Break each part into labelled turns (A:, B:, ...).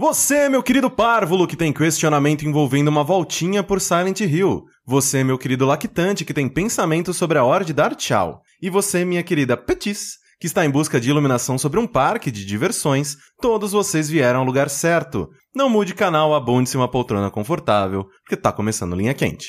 A: Você, meu querido párvulo, que tem questionamento envolvendo uma voltinha por Silent Hill. Você, meu querido lactante, que tem pensamento sobre a hora de dar tchau. E você, minha querida Petis, que está em busca de iluminação sobre um parque de diversões. Todos vocês vieram ao lugar certo. Não mude canal, abonde-se uma poltrona confortável, porque tá começando linha quente.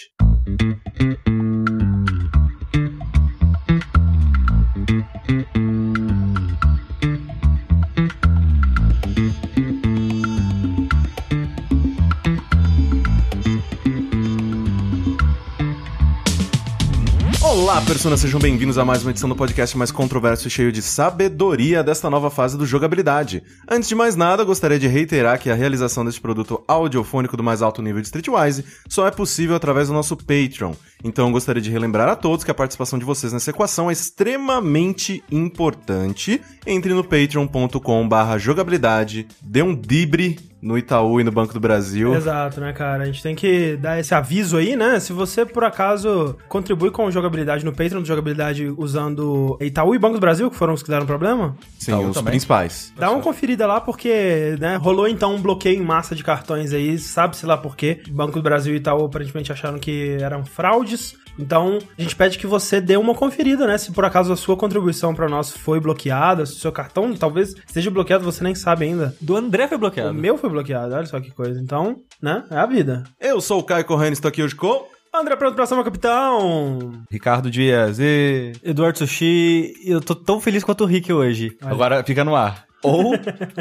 A: Olá, personas, sejam bem-vindos a mais uma edição do podcast mais controverso e cheio de sabedoria desta nova fase do jogabilidade. Antes de mais nada, gostaria de reiterar que a realização deste produto audiofônico do mais alto nível de Streetwise só é possível através do nosso Patreon. Então, gostaria de relembrar a todos que a participação de vocês nessa equação é extremamente importante. Entre no patreon.com/barra jogabilidade, dê um dibre no Itaú e no Banco do Brasil.
B: Exato, né, cara? A gente tem que dar esse aviso aí, né? Se você, por acaso, contribui com jogabilidade no Patreon, jogabilidade usando Itaú e Banco do Brasil, que foram os que deram problema,
A: Sim,
C: Itaú
A: os
C: também.
A: principais.
B: dá uma conferida lá, porque, né, rolou então um bloqueio em massa de cartões aí, sabe-se lá por quê. Banco do Brasil e Itaú aparentemente acharam que eram fraudes. Então, a gente pede que você dê uma conferida, né? Se por acaso a sua contribuição para nós foi bloqueada, se o seu cartão talvez esteja bloqueado, você nem sabe ainda.
C: Do André foi
B: O
C: bloqueado.
B: meu foi bloqueado, olha só que coisa. Então, né? É a vida.
A: Eu sou o Caio Corrêa e estou aqui hoje com...
B: André Pronto pra Samba Capitão!
C: Ricardo Dias e Eduardo Sushi. Eu tô tão feliz quanto o Rick hoje.
B: Olha.
C: Agora fica no ar. Ou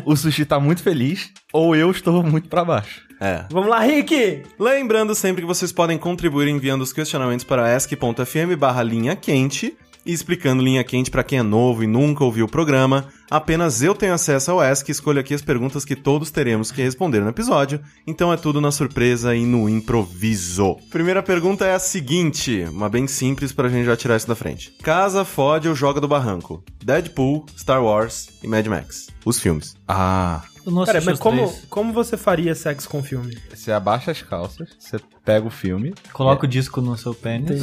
C: o Sushi tá muito feliz, ou eu estou muito pra baixo.
A: É.
B: Vamos lá, Rick!
A: Lembrando sempre que vocês podem contribuir enviando os questionamentos para ask.fm barra linha quente e explicando linha quente para quem é novo e nunca ouviu o programa. Apenas eu tenho acesso ao ask e escolho aqui as perguntas que todos teremos que responder no episódio, então é tudo na surpresa e no improviso. Primeira pergunta é a seguinte, uma bem simples pra gente já tirar isso da frente. Casa, fode ou joga do barranco? Deadpool, Star Wars e Mad Max. Os filmes.
C: Ah.
B: Cara, mas como, como você faria sexo com filme?
C: Você abaixa as calças, você pega o filme.
D: Coloca o disco no seu pênis.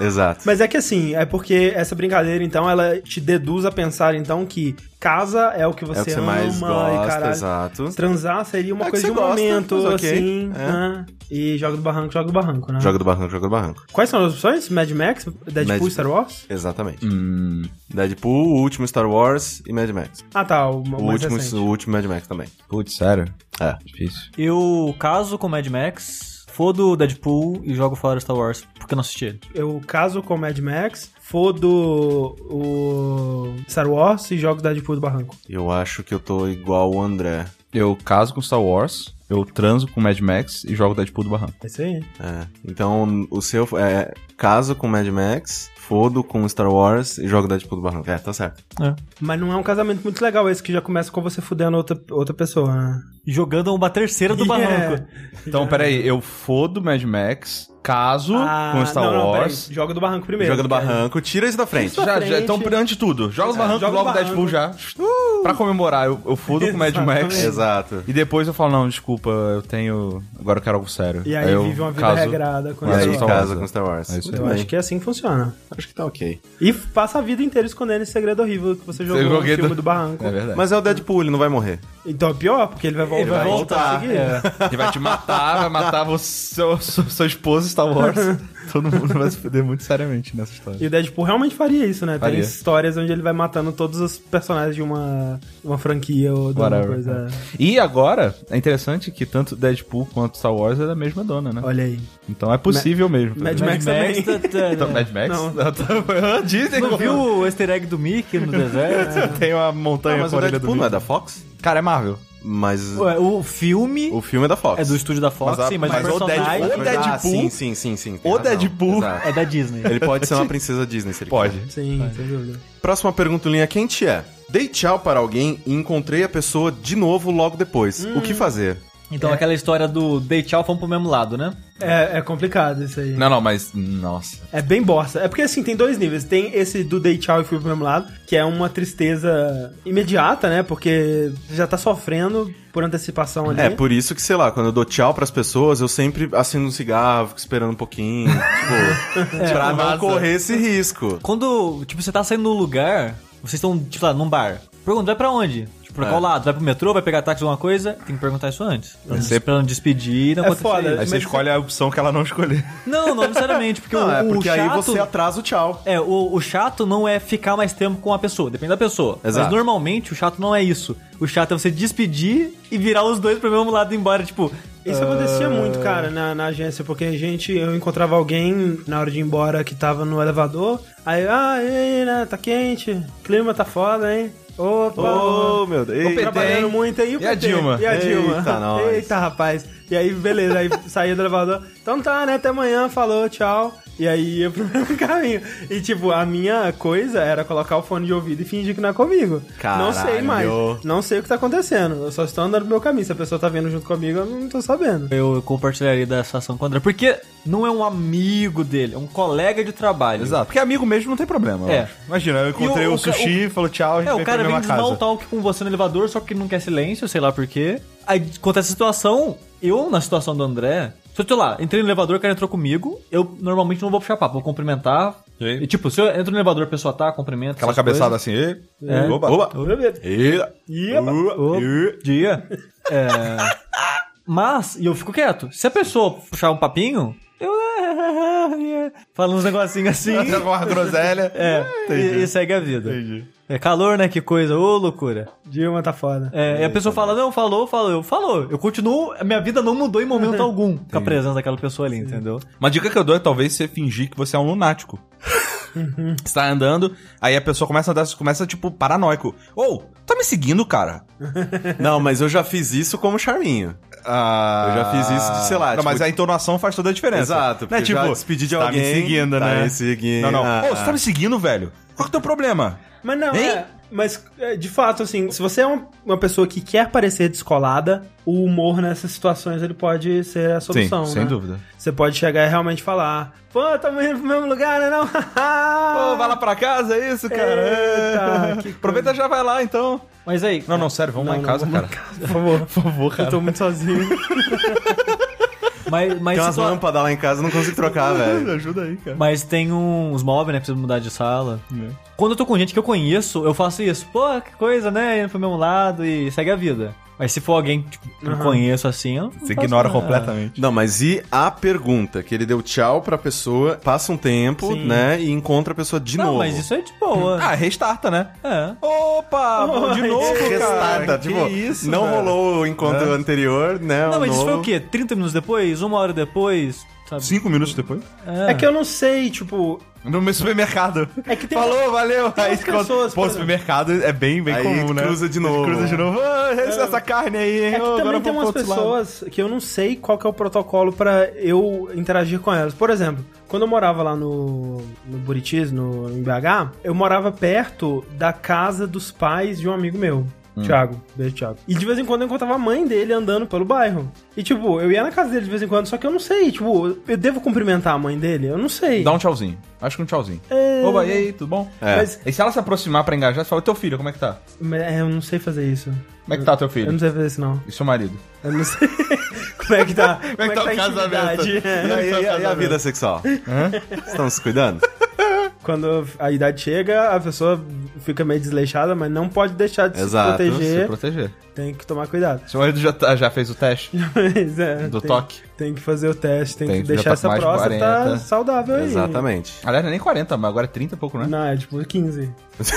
A: Exato.
B: Mas é que assim, é porque essa brincadeira, então, ela te deduz a pensar, então, que casa é o que você,
A: é o que você
B: ama
A: mais gosta,
B: e caralho.
A: exato.
B: Transar seria uma
A: É o que
B: coisa de
A: você
B: um
A: gosta,
B: momento,
A: mas ok,
B: assim,
A: é.
B: né? E joga do barranco, joga do barranco, né?
A: Joga do barranco, joga do barranco.
B: Quais são as opções? Mad Max, Deadpool,
A: Mad-
B: Star Wars?
A: Exatamente.
C: Hum,
A: Deadpool, o último Star Wars e Mad Max.
B: Ah, tá, o,
A: O
B: o mais
A: último,
B: recente.
A: o último Mad Max também.
C: putz, sério?
A: É.
C: Difícil.
D: Eu caso com Mad Max, fodo o Deadpool e jogo fora Star Wars, porque eu não assisti ele.
B: Eu caso com Mad Max, fodo o Star Wars e jogo Deadpool do barranco.
A: Eu acho que eu tô igual o André.
C: Eu caso com Star Wars, eu transo com Mad Max e jogo Deadpool do Barranco.
B: É isso aí.
A: É. Então, o seu é caso com Mad Max, fodo com Star Wars e jogo Deadpool do Barranco. É, tá certo.
B: Mas não é um casamento muito legal esse que já começa com você fudendo outra, outra pessoa, né? É.
D: Jogando uma terceira do barranco.
C: Então, peraí, eu fodo Mad Max, caso
B: Ah,
C: com Star
B: não, não, peraí.
C: Wars.
B: Joga do barranco primeiro.
A: joga do
B: cara.
A: barranco, tira isso da frente.
B: Isso.
C: Já,
B: frente.
C: já, então, antes de tudo, joga os barrancos
B: joga os
C: logo o
B: barrancos.
C: Deadpool já. Pra comemorar, eu, eu fodo com o Mad Max.
B: Exatamente.
A: Exato.
C: E depois eu falo, não, desculpa, eu tenho. Agora eu quero algo sério.
B: E aí
C: eu
B: vive uma vida
C: caso-
B: regrada com
A: E
C: Mas
B: essa
C: eu
A: aí,
B: pessoa.
C: sou-
A: casa com Star Wars.
C: É isso
A: Muito
B: Eu
A: bem.
B: acho que é assim que funciona.
A: Acho que tá ok.
B: E passa a vida inteira escondendo esse segredo horrível que você jogou no
C: joguei
B: filme do,
C: do-
B: barranco.
C: É verdade.
A: Mas é o Deadpool, ele não vai morrer.
B: Então é pior, porque ele vai voltar.
D: Ele vai
B: a
D: voltar.
B: seguir.
D: É.
C: Ele vai te matar, vai matar você, seu, seu, seu esposo Star Wars. Todo mundo vai se fuder muito seriamente nessa história.
B: E o Deadpool realmente faria isso, né?
C: Faria.
B: Tem histórias onde ele vai matando todos os personagens de uma, uma franquia ou de uma
C: Whatever.
B: coisa.
C: E agora, é interessante que tanto Deadpool quanto Star Wars é da mesma dona, né?
B: Olha aí.
C: Então é possível mesmo.
B: Mad Max também.
D: tá- tá-
C: Então, Mad Max?
B: Não.
C: Não. tá Ah, Disney
D: Não viu
C: viu?
D: o easter egg do Mickey no deserto?
C: Tem uma
A: Ah,
C: montanha
A: mas
C: com
A: o
C: a orelha do
A: Deadpool não é da
C: Mickey.
A: Fox?
C: Cara, é Marvel.
A: Mas
D: Ué, É, o filme
A: o filme é da Fox.
D: é do estúdio da Fox,
C: Mas a-
D: sim, mas,
C: mas
D: o
C: o
D: personagem
C: Deadpool- é o Deadpool-
A: Ah, sim, sim, sim, sim. tem
C: O
A: razão.
C: Deadpool-
A: Exato.
D: é da Disney.
A: Ele pode ser uma princesa Disney, se ele
C: Pode.
B: Sim, sem dúvida.
A: Próxima pergunta em linha quente é: Dei tchau para alguém e encontrei a pessoa de novo logo depois. O
C: Hum.
A: que fazer?
D: Então aquela história do dei tchau, fomos pro mesmo lado, né?
B: É, é complicado isso aí.
C: Não, não, mas. Nossa.
B: É bem bosta. É porque assim, tem dois níveis. Tem esse do dei tchau e fui pro mesmo lado, que é uma tristeza imediata, né? Porque você já tá sofrendo por antecipação ali.
A: É, por isso que, sei lá, quando eu dou tchau pras pessoas, eu sempre acendo um cigarro, fico esperando um pouquinho, tipo,
C: É,
A: pra não
C: vaza.
A: correr esse risco.
D: Quando, tipo, você tá saindo do lugar, vocês estão, tipo, lá, num bar. Pergunta, vai pra onde? Tipo, pra qual lado? Vai pro metrô, vai pegar táxi, alguma coisa? Tem que perguntar isso antes. Pra não,
C: ser-
D: pra não despedir, não
B: É
D: acontecer
B: foda.
D: isso.
C: Aí você
B: Mas-
C: escolhe a opção que ela não escolher.
D: Não, não necessariamente, porque
A: Não,
D: o,
A: é
D: o
A: porque
D: chato...
A: aí você atrasa o tchau.
D: É, o, o chato não é ficar mais tempo com a pessoa, depende da pessoa.
A: Exato.
D: Mas normalmente o chato não é isso. O chato é você despedir e virar os dois pro mesmo lado e ir embora, tipo.
B: Isso acontecia muito, cara, na, na agência, porque a gente, eu encontrava alguém na hora de ir embora que tava no elevador, aí, ah, e aí, né, tá quente, clima tá foda, hein? Opa!
A: Ô, Oh, meu Deus.
B: Tô
A: Eita.
B: trabalhando muito aí. o
C: E a
B: PT?
C: Dilma?
B: E a
A: Eita,
B: Dilma.
A: nós.
B: Eita, rapaz. E aí, beleza, aí saía do elevador. Então tá, né? Até amanhã, falou, tchau. E aí ia pro mesmo caminho. E tipo, a minha coisa era colocar o fone de ouvido e fingir que não é comigo. Não sei
A: Caralho.
B: mais. Não sei o que tá acontecendo. Eu só estou andando no meu caminho. Se a pessoa tá vindo junto comigo, eu não tô sabendo.
D: Eu compartilharia dessa ação com o André, porque não é um amigo dele, é um colega de trabalho.
C: Exato. Porque amigo mesmo não tem problema. eu
D: É.
C: acho. Imagina, eu encontrei
D: E o-
C: o,
D: o ca-
C: sushi, falou tchau, a gente
D: É, o
C: veio
D: cara
C: pra
D: vem
C: mesma
D: small
C: casa.
D: talk com você no elevador só porque ele não quer silêncio, sei lá porquê. Aí acontece a situação, eu na situação do André, se eu, sei lá, entrei no elevador, o cara entrou comigo, eu normalmente não vou puxar papo, vou cumprimentar.
C: Sim.
D: E tipo, se eu entro no elevador, a pessoa tá, cumprimenta.
C: Aquela
D: essas
C: cabeçada
D: coisas.
C: assim, e,
D: É.
C: oba, oba, e,
B: Eba.
A: uh,
C: ua, e-
D: Dia. É. Mas, e eu fico quieto. Se a pessoa puxar um papinho, eu. Falo uns negocinhos assim.
C: Tá com uma groselha.
D: É,
C: Entendi.
D: e, e segue a vida.
C: Entendi.
D: É calor, né? Que coisa. Ô, loucura.
B: Dilma tá foda.
D: É, e a pessoa fala, não, falou, falou, eu falou. Eu continuo, a minha vida não mudou em momento algum com a presença daquela pessoa ali, entendeu?
C: Uma dica que eu dou é talvez você fingir que você é um lunático. Você tá andando, aí a pessoa começa a andar, começa tipo paranoico. Ou, tá me seguindo, cara?
A: Não, mas eu já fiz isso como charminho.
C: Ah,
A: Eu já fiz isso de, sei lá,
C: Não,
A: tipo-
C: mas a entonação faz toda a diferença.
A: Exato,
C: Não é
A: porque
C: tipo,
A: já despedi de
C: tá me
A: alguém,
C: seguindo,
A: tá
C: né?
A: me seguindo,
C: Não, não.
A: ah,
C: Ô, você tá
A: ah.
C: me seguindo, velho? Qual que é o teu problema?
B: Mas não,
C: Hein?
B: é. Mas, é, de fato, assim, se você é um- uma pessoa que quer parecer descolada, o humor nessas situações ele pode ser a solução.
C: sem
B: né?
C: dúvida.
B: Você pode chegar e realmente falar: pô, estamos indo pro mesmo lugar, né? Não?
C: Ô, vai lá pra casa, é isso, cara? É.
B: Eita, que
C: Aproveita e já vai lá, então.
D: Mas aí.
C: Não, não, sério, vamos lá em casa, cara.
B: Por favor.
C: Por favor,
B: Eu tô muito sozinho.
D: Mas, mas,
A: Tem umas
D: situa-
A: lâmpadas lá em casa, eu não consigo
C: Ah,
A: trocar, velho.
C: Ajuda aí, cara.
D: mas tem uns móveis, né? Preciso mudar de sala.
C: Né?
D: Quando eu tô com gente que eu conheço, eu faço isso. Pô, que coisa, né? Indo pro mesmo lado e segue a vida. Mas se for alguém tipo, que eu conheço assim, eu não
C: Você
D: faço
C: ignora
D: nada.
C: completamente.
A: Não, mas e a pergunta? Que ele deu tchau pra pessoa, passa um tempo,
B: Sim.
A: né? E encontra a pessoa de
D: Não,
A: novo.
D: mas isso é de boa.
C: Ah, restarta, né?
D: É.
C: Opa,
B: Ai,
C: de novo,
A: Restada,
C: cara.
A: tipo, não
C: velho?
A: rolou o encontro
C: É.
A: anterior, né?
D: Não, mas isso foi o
A: novo.
D: quê? 30 minutos depois? Uma hora depois? Sabe?
C: Cinco minutos depois?
B: É que eu não sei, tipo.
C: No meu supermercado.
B: É que tem.
C: Falou, valeu. Aí
B: umas
C: quando-
B: pessoas, por
C: Pô,
B: exemplo.
C: supermercado é bem, bem
A: Aí
C: comum, né?
A: cruza de novo.
C: Cruza de novo. Ah, essa, essa carne aí, hein?
B: É que
C: Ô, agora
B: também
C: eu
B: tem
C: vou
B: umas
C: pro outro lado.
B: pessoas que eu não sei qual que é o protocolo pra eu interagir com elas. Por exemplo, quando eu morava lá no, no Buritis, no, em BH, eu morava perto da casa dos pais de um amigo meu.
C: Hum.
B: Thiago, beijo Thiago. E de vez em quando eu encontrava a mãe dele andando pelo bairro. E tipo, eu ia na casa dele de vez em quando, só que eu não sei, tipo, eu devo cumprimentar a mãe dele? Eu não sei.
C: Dá um tchauzinho. Acho que um tchauzinho.
B: É.
C: Oba, e aí, tudo bom?
A: É.
B: Mas
C: E se ela se aproximar pra engajar, você fala, teu filho, como é que tá?
B: mas, é, eu não sei fazer isso.
C: Como é que tá teu
B: Eu não
C: filho?
B: sei fazer isso, não.
C: E seu marido?
B: Eu não sei como é que tá. como
C: tá o casamento?
B: intimidade?
A: E, aí, e a- e a vida sexual? Estão se cuidando?
B: Quando a idade chega, a pessoa fica meio desleixada, mas não pode deixar de
A: Exato,
B: se proteger.
C: Se proteger.
B: Tem que tomar cuidado.
C: Seu marido já, tá- já fez o teste
B: Mas, é,
C: do
B: tem,
C: toque?
B: Tem que fazer o teste, tem,
C: Tem,
B: que
C: já
B: deixar
C: tá
B: essa
C: com mais de
B: próstata
C: 40.
B: saudável aí.
A: Exatamente.
C: Aliás, não é nem 40, mas agora é 30 e pouco, né?
B: Não, é tipo 15.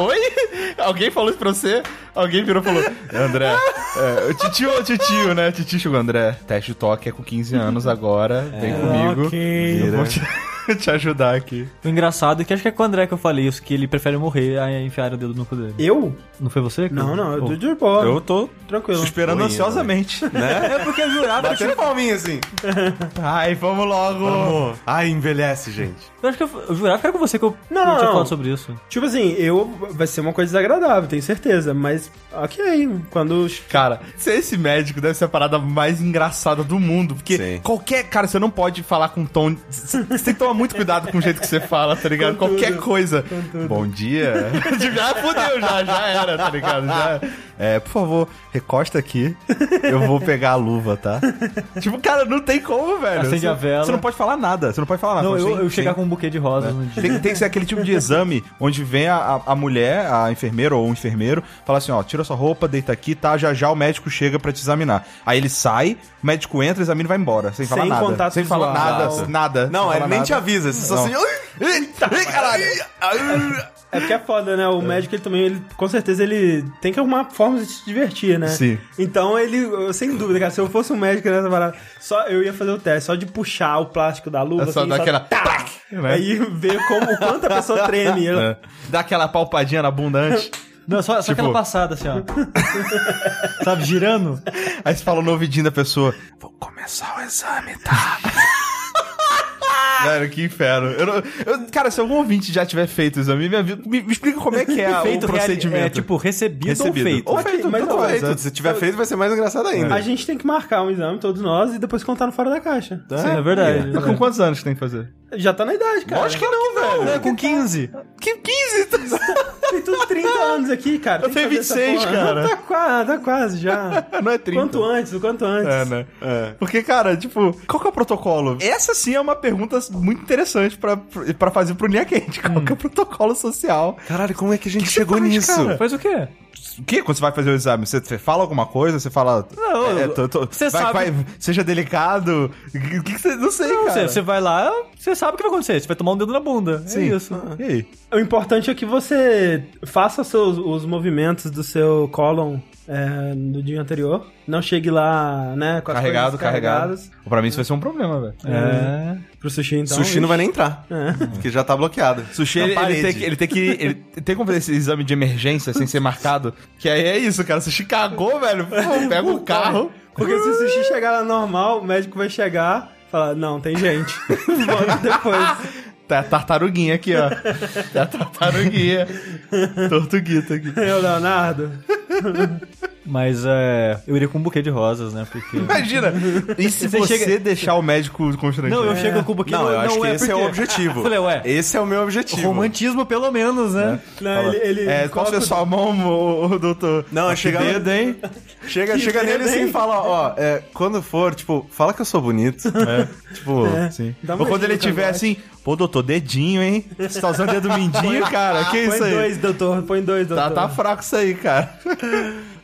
C: Oi? Alguém falou isso pra você? Alguém virou e falou: André, é, o titio é o titio, né? O titio chegou, André. Teste de toque é com 15 anos agora, vem comigo.
B: É, Ok.
D: um
C: Eu vou
A: Vira.
C: te, te ajudar aqui.
D: O engraçado é que acho que é com o André que eu falei isso, que ele prefere morrer a enfiar o dedo no cu dele.
B: Eu?
D: Não foi você? Oh. cara?
B: Não, não, eu
D: Pô.
B: tô de boa.
C: tô
B: Tranquilo.
C: esperando
A: Oi,
C: ansiosamente.
A: Né?
D: É porque eu jurava que eu,
A: Batendo palminha assim.
C: Ai, vamos logo.
A: Amor. Ai, envelhece, gente.
D: eu acho que eu, eu jurava que era com você que eu
B: Não,
D: tinha
B: não.
D: falado sobre isso.
B: Tipo assim, eu vai ser uma coisa desagradável, tenho certeza, mas ok, quando
C: Cara, ser esse médico deve ser a parada mais engraçada do mundo. Porque
A: Sim.
C: qualquer. Cara, você não pode falar com tom. Você tem que tomar muito cuidado com o jeito que você fala, tá ligado?
B: Com tudo.
C: Tipo, ah, qualquer coisa. Bom dia. já fudeu, já, já era, tá ligado? Já, é, por favor, recosta aqui, eu vou pegar a luva, tá? tipo, cara, não tem como, velho.
D: Acende
C: Você-
D: a vela.
C: Você não pode falar nada, você não pode falar nada.
D: Não,
C: Fala, assim,
D: eu,
C: sim,
D: eu chegar
C: sim.
D: com um buquê de rosas no dia.
C: Tem, tem que ser aquele tipo de exame onde vem a, a- a mulher, a enfermeira ou o enfermeiro, fala assim, ó, tira sua roupa, deita aqui, tá? Já já o médico chega pra te examinar. Aí ele sai, o médico entra, examina e vai embora, sem falar
B: Sem
C: nada.
B: contato
C: sem falar
B: visual.
C: nada, nada. sem
A: Não,
C: falar
A: ele nem
C: nada.
A: te avisa. Você só
C: Não.
A: assim. "Ai, Eita, ai, caralho! ai, ai".
B: É porque é foda, né? O médico, ele também, ele, com certeza, ele tem que arrumar forma de se divertir, né?
C: Sim.
B: Então, ele, eu, sem dúvida, cara, se eu fosse um médico nessa parada, só, eu ia fazer o teste, só de puxar o plástico da luva.
C: É só dar aquela
B: Tá!
C: né?
B: Aí ver como, o quanto a pessoa treme. Eu-
C: É. Dá aquela palpadinha na bunda antes,
D: Não, só, só
C: Tipo-
D: aquela passada assim, ó. Sabe, girando.
C: aí você fala no ouvidinho da pessoa, vou começar o exame, tá? Velho, que inferno. Eu não- eu- cara, se algum ouvinte já tiver feito o exame, me, avisa- me- me explica como é que é o
D: reali-
C: procedimento.
D: É tipo, recebido,
C: Recebido.
D: ou feito.
C: Ou
B: Mas
C: feito,
B: que- mas
C: tanto
B: não,
C: faz,
A: Feito,
C: né?
A: Se tiver feito, vai ser mais engraçado ainda.
B: A gente tem que marcar um exame, todos nós, e depois contar no Fora da Caixa.
D: Sim, é verdade.
C: né? Mas com quantos anos que tem que fazer?
B: Já tá na idade, cara.
C: Lógico que não, né? velho.
D: É, com 15.
C: Que 15? tá-
B: Tem tudo 30
D: Ah!
B: anos aqui, cara.
C: Eu
B: Tem que
C: tenho
B: fazer
C: 26,
B: essa porra.
C: cara.
B: Tá quase, tá quase já.
C: Não é 30.
B: Quanto antes, o quanto antes.
C: É, né? Porque, cara, tipo, qual que é o protocolo? Essa sim é uma pergunta muito interessante pra, pra fazer pro Linha Quente. Qual que é o protocolo social?
A: Caralho, como é que a gente
C: que você
A: chegou
C: faz,
A: nisso?
C: cara?
D: Faz o quê?
C: O que? Quando você vai fazer o exame, você, você fala alguma coisa? Você fala.
D: Não,
C: é, tô- tô-
D: você
C: vai-
D: sabe.
C: vai- seja delicado. O que, que você. Não sei,
D: Não,
C: cara.
D: você, você vai lá, você sabe o que vai acontecer. Você vai tomar um dedo na bunda.
C: Sim.
D: É isso.
C: E aí?
B: O importante é que você faça os seus, os movimentos do seu colon é, no dia anterior. Não chegue lá, né, com as
C: Carregado,
B: coisas
C: carregado.
B: carregadas.
C: Pra mim isso vai ser um problema, velho.
D: É.
B: Pro sushi, então.
A: Sushi não vai nem entrar,
B: É.
A: porque já tá bloqueado.
C: Sushi,
A: Na
C: ele, ele
A: parede.
C: tem que, ele tem que. Ele tem como fazer esse exame de emergência sem ser marcado. Que aí é isso, cara. Sushi cagou, velho. Pô, pega o carro.
B: Porque se o sushi chegar lá normal, o médico vai chegar e falar, não, tem gente. Volta depois.
C: Tá a tartaruguinha aqui, ó. Tá a tartaruguinha. Tortuguita aqui.
B: Eu, Leonardo.
D: Mas é. Eu iria com um buquê de rosas, né? Porque.
C: Imagina. E se
D: Você
C: você,
D: chega-
C: deixar o médico constrangido?
D: É. Não, eu chego com o buquê
A: Não, eu acho que esse é o
D: porque-
A: objetivo.
D: Falei, ué.
A: Esse é o meu objetivo.
D: Romantismo, pelo menos, né?
B: Não, ele, ele
C: É, qual
B: coloca
C: é
B: o
C: a sua mão, ô, ô, doutor?
A: Não,
C: Ah,
A: chega-
C: que dedo, hein?
A: Chega,
B: Que
A: chega
B: medo,
A: nele assim
B: hein?
A: e fala, ó, é, quando for, tipo, fala que eu sou bonito.
C: Tipo,
B: É.
C: sim.
B: Dá uma
C: Ou quando
B: olhadinha
C: ele
B: no
C: tiver
B: cangote.
C: assim, pô, doutor, dedinho, hein? Você tá usando dedo mindinho, cara? Que
B: Põe
C: isso aí?
B: dois, doutor. Põe dois,
C: Tá,
B: doutor.
C: tá fraco isso aí, cara.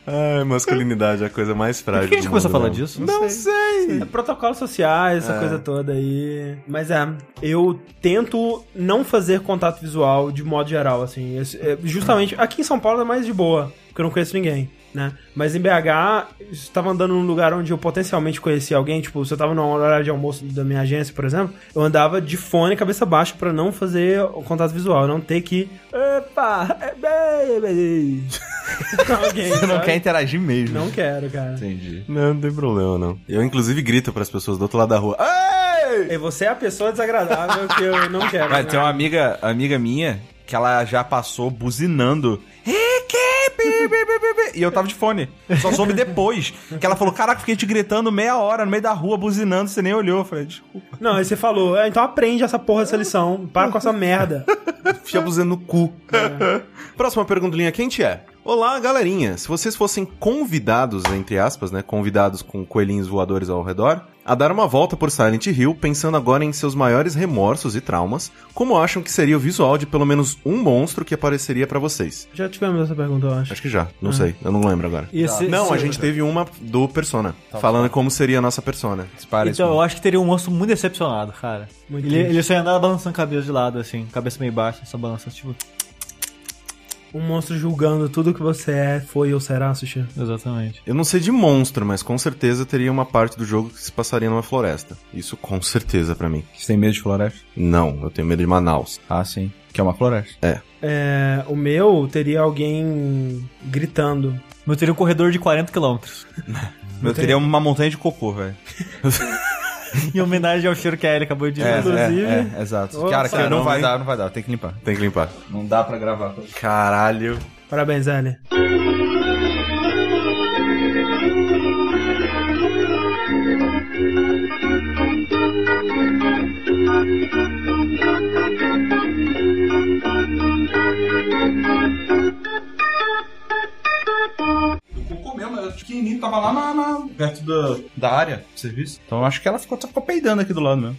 A: Ai, masculinidade é a coisa mais frágil.
D: Por que a
A: do
D: gente começou a
A: mundo,
D: falar
A: né?
D: disso?
C: Não sei.
B: É protocolos sociais,
C: É.
B: essa coisa toda aí. Mas é, eu tento não fazer contato visual de modo geral, assim. Esse- é, Justamente, aqui em São Paulo é mais de boa, porque eu não conheço ninguém, né? Mas em BH, eu estava andando num lugar onde eu potencialmente conhecia alguém, tipo, se eu tava numa hora de almoço da minha agência, por exemplo, eu andava de fone, cabeça baixa, pra não fazer o contato visual, não ter que... Epa! é, bem, bem. Com alguém,
C: Você não
B: sabe?
C: quer interagir mesmo.
B: Não quero, cara.
C: Entendi.
A: Não, não tem problema, não. Eu, inclusive, grito pras pessoas do outro lado da rua. Ei!
B: E você é a pessoa desagradável que eu não quero.
C: Cara,
B: né?
C: tem uma amiga, amiga minha que ela já passou buzinando. Equipe! bi, bi, bi, bi. E eu tava de fone. Só soube depois. Que ela falou: Caraca, fiquei te gritando meia hora no meio da rua, buzinando, você nem olhou. Eu falei, desculpa.
B: Não, aí você falou, "É, então aprende essa porra dessa lição. Para com essa merda.
A: Fia buzina no cu. Próxima pergunta, linha quente é. Olá, galerinha. Se vocês fossem convidados, entre aspas, né? Convidados com coelhinhos voadores ao redor, a dar uma volta por Silent Hill, pensando agora em seus maiores remorsos e traumas, como acham que seria o visual de pelo menos um monstro que apareceria pra vocês?
B: Já tivemos essa pergunta, eu acho.
A: Acho que já, não sei, eu não lembro agora.
D: E esse-
A: Não,
D: esse-
A: a gente teve uma do Persona, falando como seria a nossa Persona.
D: Então,
C: é
D: eu acho que teria um monstro muito decepcionado, cara.
B: Muito
D: ele,
B: triste.
D: ele só ia andar balançando a cabeça de lado, assim, cabeça meio baixa, só balançando, tipo.
B: Um monstro julgando tudo que você é, foi ou será, Sushi.
D: Exatamente.
A: Eu não sei de monstro, mas com certeza teria uma parte do jogo que se passaria numa floresta. Isso com certeza pra mim.
C: Você tem medo de floresta?
A: Não, eu tenho medo de Manaus.
C: Ah, sim. Que é uma floresta.
B: É, o meu teria alguém gritando.
D: Mas eu teria um corredor de 40 quilômetros.
C: Eu teria uma montanha de cocô, velho.
D: em homenagem ao cheiro que a Ellie acabou de dizer.
B: Inclusive-
C: é, é, exato.
B: Ô,
C: cara, cara, não
A: caramba,
C: é? vai
A: hein?
C: dar, não vai dar. Tem que limpar.
A: Tem que limpar.
C: Não dá pra gravar.
A: Caralho.
B: Parabéns, Ellie.
C: lá perto da, da área de serviço. Então eu acho que ela ficou, só ficou peidando aqui do lado mesmo.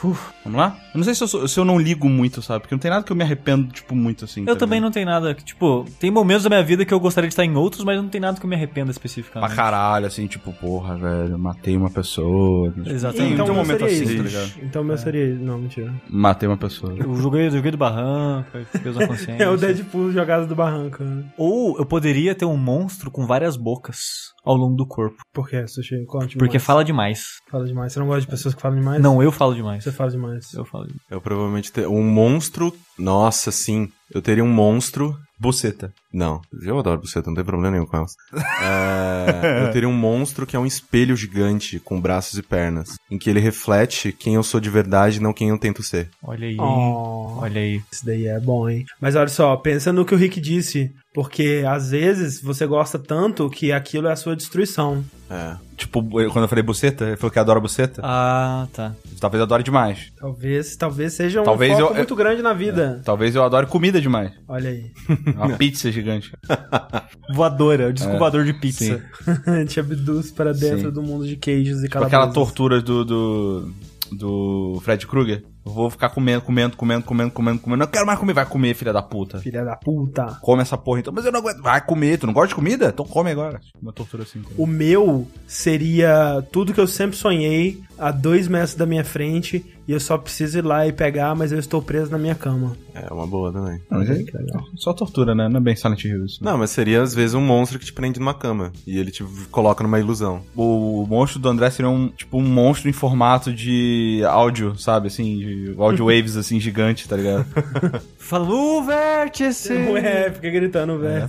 C: Uf, vamos lá? Eu não sei se eu, sou- se eu não ligo muito, sabe? Porque não tem nada que eu me arrependo, tipo, muito assim.
D: Eu também não tenho nada que, tipo, tem momentos da minha vida que eu gostaria de estar em outros, mas não tem nada que eu me
C: Pra
D: arrependa especificamente.
C: caralho, assim, tipo, porra, velho, matei uma pessoa.
D: Exatamente. Então,
C: Tem um
B: Então, o meu
C: momento
B: seria
C: assim,
B: isso.
C: tá ligado?
B: Então o meu seria isso. Não, mentira.
C: Matei uma pessoa.
D: Eu joguei, joguei do barranco, aí fiquei usando a consciência.
B: É o Deadpool jogado do barranco. né?
D: Ou eu poderia ter um monstro com várias bocas ao longo do corpo.
B: Por que, Sushi? Conte
D: Porque
B: mais.
D: fala demais.
B: Fala demais. Você não gosta de pessoas que falam demais?
D: Não, eu falo demais.
B: Você fala demais.
D: Eu falo demais.
A: Eu provavelmente teria um monstro. Nossa, sim. Eu teria um monstro.
C: Buceta.
A: Não, eu adoro buceta, não tem problema nenhum com elas. É, eu teria um monstro que é um espelho gigante com braços e pernas, em que ele reflete quem eu sou de verdade e não quem eu tento ser.
D: Olha aí.
B: Oh.
D: Olha aí.
B: Isso daí é bom, hein? Mas olha só, pensa no que o Rick disse, porque às vezes você gosta tanto que aquilo é a sua destruição.
A: É.
C: Tipo, eu- quando eu falei buceta, ele falou que adora buceta.
D: Ah, tá.
C: Talvez eu adore demais.
B: Talvez, talvez seja um
C: Talvez
B: foco
C: eu- é.
B: muito grande na vida.
C: Talvez eu adore comida demais.
B: Olha aí.
C: Uma pizza gigante. Tipo
D: Voadora, o disco voador de pizza.
C: É. Sim.
B: Te abduz para dentro
C: Sim.
B: do mundo de queijos e
C: Tipo aquela
B: calabresas.
C: tortura do, do, do Fred Krueger. Eu vou ficar comendo, comendo, comendo, comendo, comendo, comendo. Não quero mais comer. Vai comer, filha da puta.
B: Filha da puta.
C: Come essa porra então. Mas eu não aguento. Vai comer. Tu não gosta de comida? Então come agora. Uma tortura assim.
B: O meu seria tudo que eu sempre sonhei a dois metros da minha frente e eu só preciso ir lá e pegar, mas eu estou preso na minha cama.
A: É uma boa também.
C: Não, mas é- Só tortura, né? Não é bem Silent Hill isso.
A: Não, mas seria às vezes um monstro que te prende numa cama e ele te coloca numa ilusão.
C: O monstro do André seria um, tipo, um monstro em formato de áudio, sabe? Assim, de áudio waves, assim, gigante, tá ligado?
D: Fala, o vértice!
B: Ué, fica gritando,
C: É,
B: velho.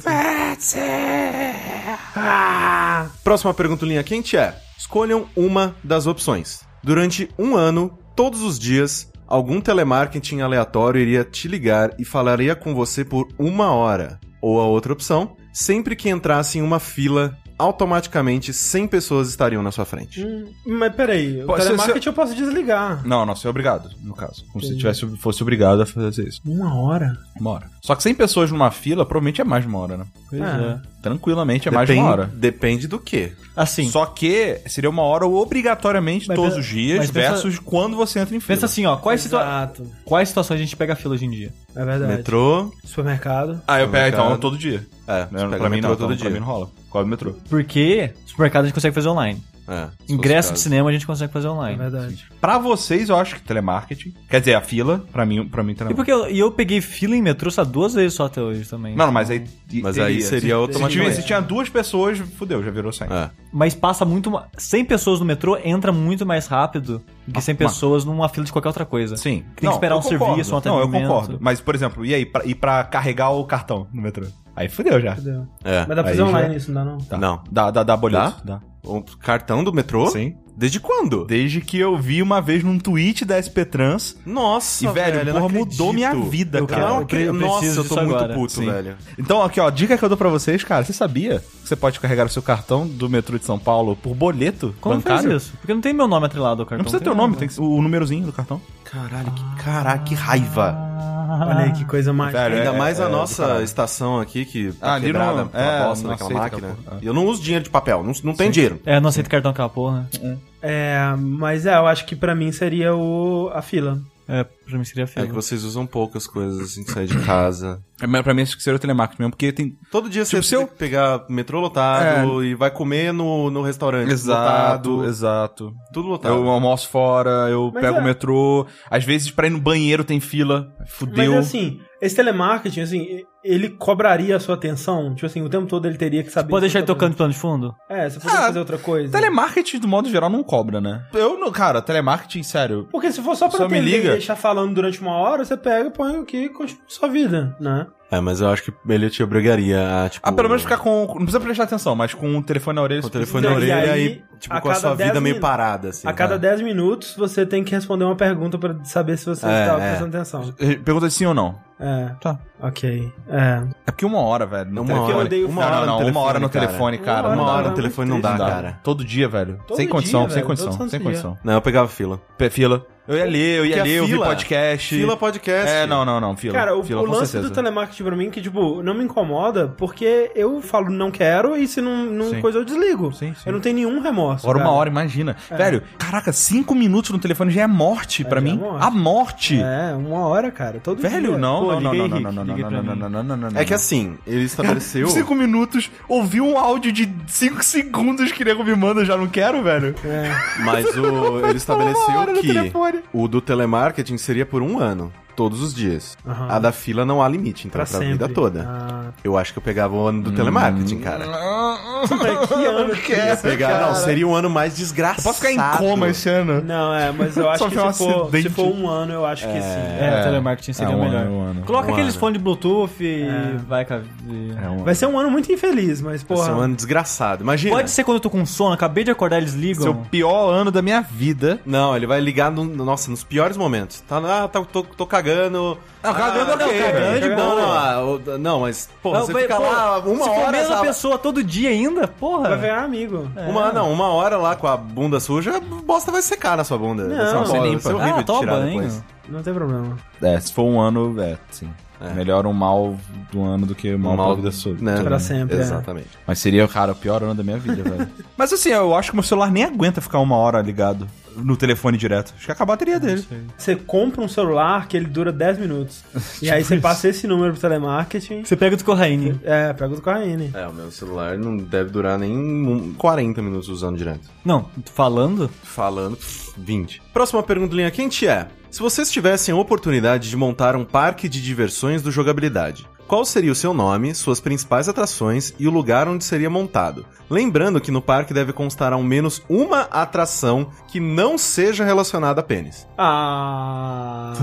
A: Próxima pergunta linha quente é: escolham uma das opções. Durante um ano, todos os dias, algum telemarketing aleatório iria te ligar e falaria com você por uma hora. Ou a outra opção, sempre que entrasse em uma fila, automaticamente 100 pessoas estariam na sua frente.
B: Hum, Mas peraí, o
C: Pô, se-
B: telemarketing eu posso desligar.
C: não, não, você é obrigado, no caso. Como se tivesse, fosse obrigado a fazer isso.
B: Uma hora?
C: Uma hora. Só que 100 pessoas numa fila, provavelmente é mais de uma hora, né?
D: Pois
B: Ah.
D: é.
C: Tranquilamente é mais de uma hora.
A: Depende do quê?
D: Assim,
C: Só que seria uma hora obrigatoriamente
D: Mas
C: todos
D: pensa-
C: os dias,
D: mas pensa-
C: versus quando você entra em fila.
D: pensa assim, ó. Quais, situa
B: Exato.
D: quais situações a gente pega a fila hoje em dia?
B: É verdade.
A: Metrô.
B: Supermercado.
C: Ah,
A: Tá
C: eu pego então
A: Supermercado.
C: todo dia.
A: É,
C: Não,
A: você pega
C: pra mim
A: metrô
C: não,
A: todo
C: então, pra mim
A: dia.
C: não rola. Cobre o metrô.
D: Porque supermercado a gente consegue fazer online.
A: É, se
D: Ingresso de
A: fosse o
D: cinema a gente consegue fazer
B: É
D: online.
B: verdade.
C: Pra vocês, eu acho que telemarketing. Quer dizer, a fila, pra mim, pra mim
D: E
C: telemarketing.
D: porque eu, e eu peguei fila em metrô só duas vezes só até hoje também.
C: Não, não, mas aí.
A: Mas aí seria
C: Se, se, tinha,
A: automaticamente.
C: se tinha duas pessoas, fudeu, já virou 100.
A: caso. É.
D: Mas passa muito. ma- 100 pessoas no metrô entra muito mais rápido do que 100
C: Ah, mas-
D: pessoas numa fila de qualquer outra coisa.
C: Sim.
D: que esperar um serviço, um
C: Não, eu
D: atendimento.
C: concordo. Mas, por exemplo, e aí? Pra, e pra carregar o cartão no metrô? Aí fudeu já.
B: Entendeu?
A: É.
B: Mas dá pra fazer
C: Aí já-
B: online isso, não dá não?
C: Tá.
A: Não.
C: Dá, dá, dá boleto. Dá?
A: O cartão do metrô?
C: Sim.
A: Desde quando?
C: Desde que eu vi uma vez num tweet da SP Trans.
A: Nossa,
C: e, velho,
A: eu
C: porra,
A: não
C: mudou
A: acredito.
C: minha vida,
D: Eu
C: cara.
D: quero-
A: Não,
D: eu
A: cre-
D: preciso
A: Nossa, eu tô
D: disso
A: muito
D: agora.
A: puto,
C: Sim.
A: velho.
C: Então, aqui, ó, dica que eu dou pra vocês, cara. Você sabia que você pode carregar o seu cartão do metrô de São Paulo por boleto
D: Como
C: bancário?
D: faz isso? Porque não tem meu nome atrelado ao cartão.
C: Não precisa ter o
D: tem
C: nome, tem que ser o númerozinho do cartão.
A: Caralho, que, caraca, que raiva.
B: Olha aí, que coisa mais.
C: Velho,
A: Ainda
C: é-
A: mais
C: é
A: a
C: do
A: nossa
C: caralho.
A: estação aqui, que
C: Ah,
A: tá
C: ali
A: quebrada
C: não-
A: pela
C: é,
A: bosta
C: não
A: daquela
C: aceita
A: máquina.
C: aquela porra.
A: E eu não uso dinheiro de papel, não, não tem dinheiro.
D: É, não aceito cartão aquela porra.
B: É, mas é, eu acho que pra mim seria o a fila.
D: É, pra mim seria
A: É que
D: fila.
A: vocês usam poucas coisas assim, de sair de casa.
C: É, mas Pra mim, isso que seria o telemarketing mesmo, porque tem
A: Todo dia
C: Tipo,
A: você
C: se eu-
A: tem que pegar metrô lotado e vai comer no, no restaurante
C: Exato,
A: lotado.
C: exato.
A: Tudo lotado.
C: Eu almoço fora, eu
B: Mas
C: pego
B: é.
C: o metrô. Às vezes, pra ir no banheiro tem fila.
D: é
C: Fudeu.
B: Mas assim, esse telemarketing, assim, ele cobraria a sua atenção? Tipo assim, o tempo todo ele teria que saber.
D: Pode
B: que
D: deixar ele
B: você tá
D: tocando de plano de fundo?
B: fazendo- É, você poderia
C: Ah,
B: fazer outra coisa.
C: Telemarketing, do modo geral, não cobra, né? Eu, não, cara, telemarketing, sério.
B: Porque se for só pra
C: Só me
B: atender e
C: liga.
B: deixar falando durante uma hora, você pega, põe o que e continua sua vida, né?
A: É, mas eu acho que ele te obrigaria a, tipo...
C: Ah, pelo menos ficar com. Não precisa prestar atenção, mas com o telefone na orelha.
A: com o
C: você-
A: telefone na
B: Não, e
A: orelha
B: aí,
A: e, tipo,
B: a
A: com a
B: cada
A: sua
B: 10
A: vida meio
B: minutos-
A: parada, assim.
B: a cada
A: né?
B: 10 minutos você tem que responder uma pergunta pra saber se você
A: É,
B: tá
A: é.
B: prestando atenção.
C: Pergunta de sim ou não.
B: É.
C: Tá.
B: Ok. É.
C: É porque uma hora, velho. No
A: Uma
C: telefone.
A: hora.
B: odeio
C: Uma hora, não,
A: no
C: uma hora no
A: telefone,
C: telefone,
B: cara.
C: cara.
A: Uma
B: Uma
C: não dá,
A: hora
C: não.
A: no
B: é
A: telefone não
B: muito
A: dá,
B: triste.
A: cara.
C: Todo dia, velho.
B: Todo
C: sem
B: dia,
C: condição,
B: velho,
C: sem
B: todo
C: condição,
B: santo
C: sem
B: dia.
C: condição.
A: Não, eu pegava fila.
C: Pe- Fila. Eu ia ler, eu ia
A: Porque a
C: ler, eu vi
A: fila-
C: podcast.
A: fila podcast.
C: É, não, não, não, fila.
B: Cara, o,
C: fila,
B: o
C: com
B: lance
C: certeza.
B: do telemarketing pra mim, que, tipo, não me incomoda, porque eu falo não quero e se não, não
C: Sim.
B: coisa eu desligo.
C: Sim, sim.
B: Eu não tenho nenhum remorso.
C: Agora uma
B: cara.
C: hora, imagina. Velho, caraca, cinco minutos no telefone já é morte pra
B: já é
C: mim.
B: morte.
C: A morte.
B: É, uma hora, cara. Todo
C: Velho,
B: dia.
C: não,
D: Pô,
C: não, não,
D: liga
C: não,
D: aí,
C: não, não,
D: Rick,
C: não,
D: liga
C: não,
D: pra
C: não, não,
D: mim.
C: não, não, não, não, não.
A: É que assim, ele estabeleceu.
C: Cinco minutos, ouvi um áudio de cinco segundos que nego me manda, eu já não quero, velho.
B: É,
A: Mas o, ele
C: Uma hora
A: estabeleceu
C: no
A: que
C: telefone.
A: o do telemarketing seria por um ano, todos os dias.
B: Aham.
A: A da fila não há limite, então
B: Pra
A: pra,
B: sempre.
A: vida toda.
B: Ah,
A: Eu acho que eu pegava o ano do telemarketing, Hum, cara.
B: mas que ano que é?
A: Eu pegava, não, seria um ano mais
C: Eu
A: desgraçado.
C: posso ficar em coma esse ano?
B: Não, é, mas eu acho
C: Só
B: que
C: foi um
B: se for, se
C: acidente.
B: for um ano, eu acho que sim.
D: É, telemarketing seria
C: É, um
D: melhor.
C: ano, um ano.
D: Coloca
A: Um
D: aqueles
A: ano.
D: fones de Bluetooth e
C: É.
D: vai, cara. e-
E: É
B: Vai ser um ano muito infeliz, mas,
A: Vai ser
B: porra.
A: um ano desgraçado. Imagina.
D: Pode ser quando eu tô com sono, acabei de acordar, eles ligam.
C: Seu pior ano da minha vida.
A: Não, ele vai ligar, no, no- nossa, nos piores momentos. Tá, ah, tá, tô, tô cagando.
C: Ah, cagando ok,
A: Não,
D: velho.
A: não, não, ah, o- não, mas, pô,
D: Não,
A: você
D: vai-
A: fica
D: pô,
A: lá uma
D: se for
A: hora...
D: mesma
A: essa-
D: pessoa todo dia ainda, porra.
B: Vai
C: É.
B: virar amigo.
A: Uma, não, uma hora lá com a bunda suja, a bosta vai secar na sua bunda.
B: Não,
A: Vai ser uma
B: você
A: bosta,
D: limpa.
A: vai ser É horrível
D: Ah,
A: de
D: toma
A: tirar
D: banho.
A: depois.
B: Não tem problema.
C: É, se for um ano, é, sim. Melhor um mal do ano do que um mal, da vida sua.
A: né?
B: Pra sempre, é.
A: Exatamente.
C: Mas seria, cara, o pior ano da minha vida, velho. Mas assim, eu acho que meu celular nem aguenta ficar uma hora ligado no telefone direto. Acho que acaba a bateria dele.
B: Você compra um celular que ele dura 10 minutos. e aí
E: Tipo
B: você passa esse número pro telemarketing.
D: Você pega o do Corraine.
B: É, pega o do Corraine.
A: É, o meu celular não deve durar nem um- 40 minutos usando direto.
D: Não, tô falando?
A: Falando, pff, 20. Próxima pergunta linha quente é: Se vocês tivessem a oportunidade de montar um parque de diversões do jogabilidade, qual seria o seu nome, suas principais atrações e o lugar onde seria montado? Lembrando que no parque deve constar ao menos uma atração que não seja relacionada a pênis.
B: Ah.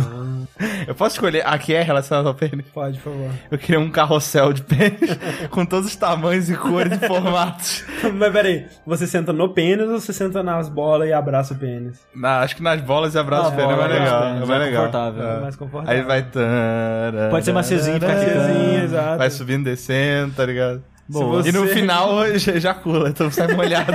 E: Eu posso escolher. Aqui é relacionado ao pênis.
B: Pode, por favor.
E: Eu queria um carrossel de pênis com todos os tamanhos e cores e formatos.
B: Mas peraí, você senta no pênis ou você senta nas bolas e abraça o pênis?
E: Na- acho que nas bolas e
C: Tá,
E: abraço
D: Nas
E: pênis é mais
D: bolas e
E: legal.
D: abraço
E: É
D: Ah, pênis,
E: mais
D: é
E: legal.
D: confortável,
E: É.
B: é mais confortável.
E: Aí vai.
D: Pode ser maciozinho, fica
B: Maciozinho,
D: ficando.
B: exato.
E: Vai subindo, descendo, tá ligado?
D: Boa.
E: E no
B: Você-
E: final já ejacula, então sai molhado.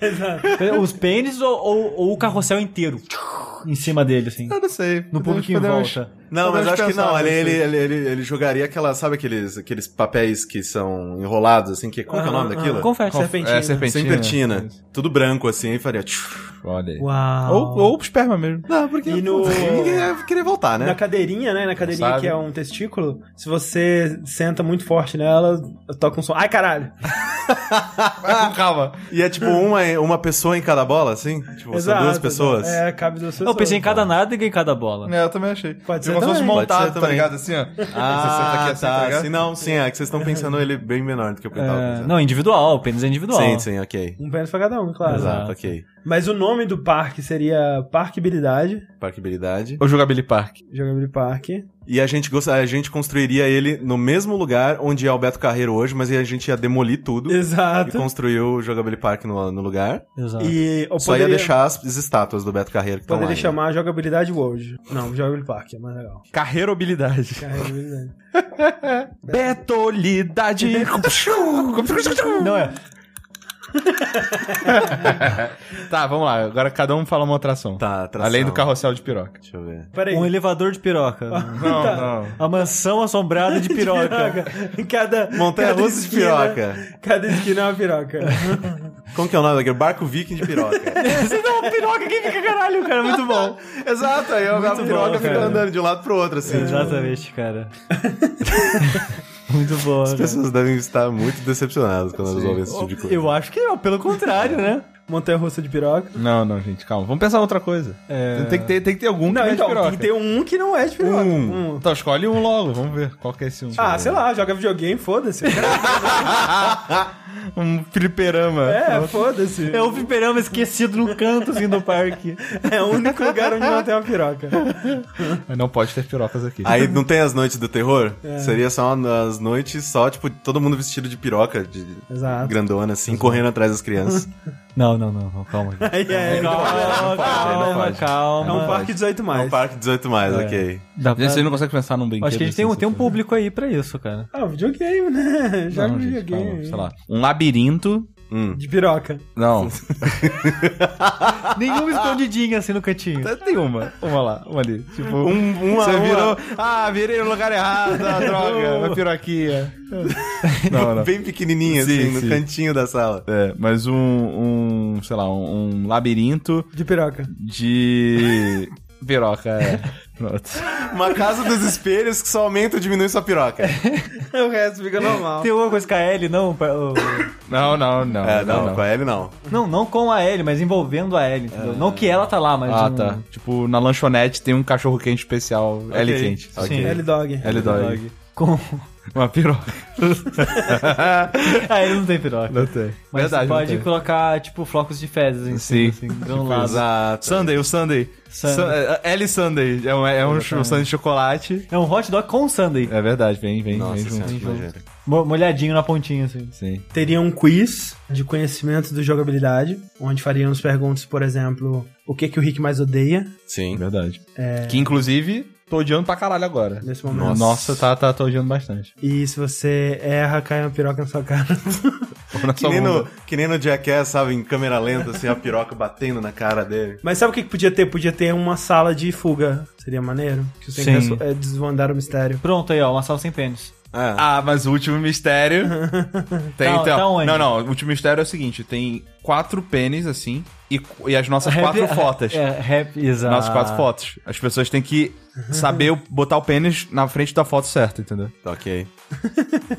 B: Exato.
D: Os pênis ou, ou- ou o carrossel inteiro? tchum, Em cima dele, assim.
E: Eu não sei.
D: No público em
E: Podemos-
D: volta.
A: Não, mas
E: podemos
A: acho que
E: pensar
A: não. Ele,
E: nisso
A: ele,
E: aí.
A: ele, ele- ele jogaria aquela, sabe aqueles, aqueles papéis que são enrolados, assim, que. Qual que é o nome daquilo?
D: Confere,
B: Conf-
D: serpentina.
E: É, serpentina.
A: Serpentina. Tudo branco, assim, aí faria. tchuf.
C: Olha aí.
B: Uau.
E: Ou, ou esperma mesmo.
A: Não, porque.
B: E no-
A: Ninguém ia querer voltar,
B: Na
A: né?
B: cadeirinha, né? Na cadeirinha
E: Sabe?
B: que é um testículo, se você senta muito forte nela, toca um som. Ai, caralho! Ah,
E: Mas com calma.
A: E é tipo uma, uma pessoa em cada bola, assim? Tipo, são duas pessoas.
B: É, cabe duas pessoas.
D: Eu pensei em cada nádega e em cada bola.
E: É, eu também achei.
B: Pode
E: É
B: ser
E: como se fosse
B: também.
A: Pode ser
E: montado, tá
A: também.
E: ligado? Assim, ó.
A: Ah,
E: Você senta aqui assim, tá
A: tá.
E: ligado?
A: sim, não, sim, é que vocês estão pensando ele bem menor do que eu tava
D: É,
A: pensando.
D: não, individual, o pênis é individual.
A: Sim, sim, ok.
B: Um pênis pra cada um, claro.
A: Exato, ok.
B: Mas o nome do parque seria Parquibilidade,
A: Parquibilidade.
E: Ou jogabilidade Park.
B: Jogabilidade Parque.
A: E a gente, gost- a gente construiria ele no mesmo lugar onde é Alberto Carreiro hoje, mas aí a gente ia demolir tudo. E
B: Exato.
A: construiu o Jogabilidade Park no, no lugar.
D: Exato.
B: E eu
A: Só ia
B: poderia,
A: deixar as, as estátuas do Beto Carreiro que estão lá. né?
B: poderia
A: ainda.
B: chamar Jogabilidade World. Não, Jogabilidade Parque, é mais legal. É,
C: Carreirabilidade.
B: Carregabilidade.
C: Betolidade.
D: Não é.
E: Tá, vamos lá. Agora cada um fala uma atração.
A: Tá, atração.
E: Além do carrossel de piroca.
A: Deixa eu ver.
B: Peraí.
D: Um elevador de piroca.
E: Não,
B: Tá.
E: não.
D: A mansão assombrada de piroca.
B: Em cada.
A: Montanha
B: cada
A: russa de
B: esquina-
A: piroca.
B: Cada esquina é uma piroca.
A: Como que é o nome daquele? Barco Viking de piroca.
D: Você dá uma piroca, quem fica caralho, cara? é Muito bom.
A: Exato, aí é a
D: bom,
A: piroca fica
D: cara.
A: andando de um lado pro outro, assim.
D: Exatamente, cara. Muito bom.
A: As pessoas devem estar muito decepcionadas quando elas ouvem esse tipo de coisa.
D: Eu acho que é, pelo contrário, né?
B: Montanha russa de piroca.
E: Não, não, gente, calma. Vamos pensar em outra coisa. Tem, que ter, tem que ter algum que não
B: É. Não,
E: é de
B: então,
E: piroca.
B: tem que ter um que não é de piroca. Um.
E: Então escolhe um logo, vamos ver qual que é esse um.
B: Ah,
A: Tipo,
B: sei lá, joga videogame, foda-se.
E: um fliperama.
B: É, foda-se.
D: É o fliperama esquecido no canto, assim, do parque.
B: É o único lugar onde não tem uma piroca.
E: Mas não pode ter pirocas aqui.
A: Aí não tem as noites do terror?
C: É.
A: Seria só uma- as noites só, tipo, todo mundo vestido de piroca, de
B: Exato.
A: grandona, assim, correndo atrás das crianças.
D: Não, não, não, não, calma. Calma,
B: Aí é,
D: calma, calma.
B: é um parque 18
A: É
B: mais.
A: um parque 18, mais,
C: É.
A: ok.
D: É, Dá pra-
E: Gente, Você não consegue pensar num brinquedo.
D: Acho
C: assim,
D: que a gente tem, um- tem um público aí pra isso, cara.
B: Ah, videogame, né? Joga
E: Não, gente,
B: videogame.
E: calma, sei lá. Um labirinto
B: de piroca.
F: Não.
D: Nenhuma escondidinha assim no cantinho.
C: Tem uma. Uma lá, uma ali. Tipo,
A: Um, uma,
C: você
A: uma-
C: virou. Ah, virei no lugar errado, ah, droga, uma piroquinha. Não, não.
A: bem pequenininha,
C: Sim,
A: assim, no
C: sim.
A: cantinho da sala.
C: É, mas um, um sei lá, um, um labirinto
B: De piroca.
C: de. Piroca, é. Pronto.
A: Uma casa dos espelhos que só aumenta ou diminui sua piroca.
C: É,
B: o resto fica normal.
D: Tem alguma coisa com a L, não? pa- o-
C: Não, não, não.
A: É,
C: não,
A: não, com a L não.
D: Não, não com a L, mas envolvendo a L, entendeu? Não que ela tá lá, mas.
C: É. Ah,
D: um-
C: tá. Tipo, na lanchonete tem um cachorro quente especial, L quente.
D: Sim.
B: L-Dog.
C: L-Dog.
D: Com...
C: Uma piroca.
D: a L É, não tem piroca.
C: Não tem.
D: Mas
C: Verdade,
D: você
C: não
D: pode
C: tem.
D: colocar, tipo, flocos de fezes em
C: Sim.
D: cima, assim, granulados.
A: Exato.
C: Sunday, o Sunday.
D: Sunday.
C: Sun- é, L Sunday. É um, é um cho- sundae de chocolate.
D: É um hot dog com sundae.
C: É verdade, vem, vem,
A: Nossa
C: vem junto.
A: senhora, que nojeira.
D: Mo- Molhadinho na pontinha, assim.
C: Sim.
B: Teria um quiz de conhecimento de jogabilidade, onde faríamos perguntas, por exemplo, o que, que o Rick mais odeia
A: Sim.
C: é Verdade.
D: É.
C: Que inclusive, tô odiando pra caralho agora.
B: nesse momento.
C: Nossa, tá, tá, tô odiando bastante.
B: E se você erra, cai uma piroca na sua cara.
A: Que nem, no, que nem no Jackass, sabe, em câmera lenta, assim, a piroca batendo na cara dele.
B: Mas sabe o que, que podia ter? Podia ter uma sala de fuga. Seria maneiro. Que você tem
D: Sim.
B: que é, desvendar o mistério.
D: Pronto aí, ó, uma sala sem pênis.
A: Ah,
C: Ah, mas o último mistério. tem,
D: Tá-
C: então.
D: tá onde?
C: Não, não. O último mistério é o seguinte: tem quatro pênis, assim, e, e as nossas quatro
D: Rap-
C: fotos.
D: É, rap, exato.
C: Nossas quatro fotos. As pessoas têm que saber o- botar o pênis na frente da foto certa, entendeu?
A: tá ok.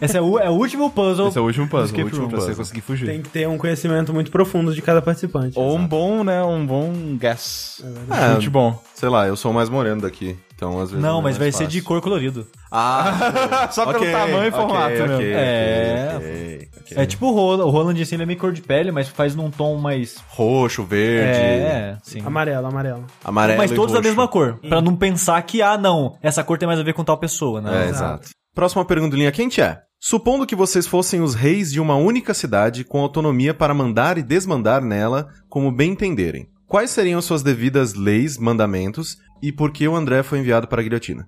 D: Esse é o, é o último puzzle.
C: Esse é o último puzzle,
D: Escape
C: o último
D: room
C: pra você
D: puzzle.
C: conseguir fugir.
B: Tem que ter um conhecimento muito profundo de cada participante.
C: Ou um bom, né? Um bom guess.
A: É.
C: Um chute bom.
A: Sei lá, eu sou o mais moreno daqui. Então, às vezes.
C: né,
D: Não,
A: é
D: mas
A: mais
D: vai ser
A: fácil.
D: de cor colorido.
A: Ah,
C: Só pelo
A: ok,
C: tamanho e
A: ok,
C: formato
A: ok,
C: mesmo.
A: ok,
D: É.
A: ok, ok.
D: É tipo o Roland, o Roland assim, ele é meio cor de pele, mas faz num tom mais...
A: Roxo, verde,
D: É, sim.
B: Amarelo, amarelo.
A: amarelo.
D: Mas
A: e
D: todos da
A: roxo.
D: mesma cor. Pra não pensar que, ah, não, essa cor tem mais a ver com tal pessoa,
A: É,
D: né?
A: exato. Próxima pergunta linha quente é: Supondo que vocês fossem os reis de uma única cidade com autonomia para mandar e desmandar nela, como bem entenderem. Quais seriam suas devidas leis, mandamentos e por que o André foi enviado para a guilhotina?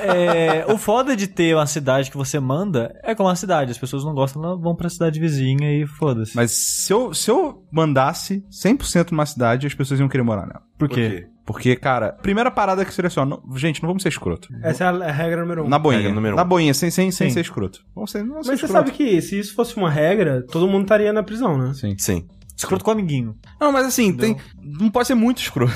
D: É, o foda de ter uma cidade que você manda é como uma cidade. As pessoas não gostam, não vão pra cidade vizinha e foda-se.
C: Mas se eu, se eu mandasse 100% numa cidade, as pessoas iam querer morar nela.
D: por quê?
C: Porque, cara, primeira parada que seleciona. não- Gente, não vamos ser escroto.
B: Essa é a a regra número um.
C: Na boinha.
A: Regra número um.
C: Na boinha, sem, sem, sem
D: Sim.
C: ser escroto. Vamos ser, não vamos ser
B: Mas você
C: escroto.
B: sabe que se isso fosse uma regra, todo mundo estaria na prisão, né?
A: Sim.
D: Escroto com o amiguinho.
C: Não, mas assim, tem, não pode ser muito escroto.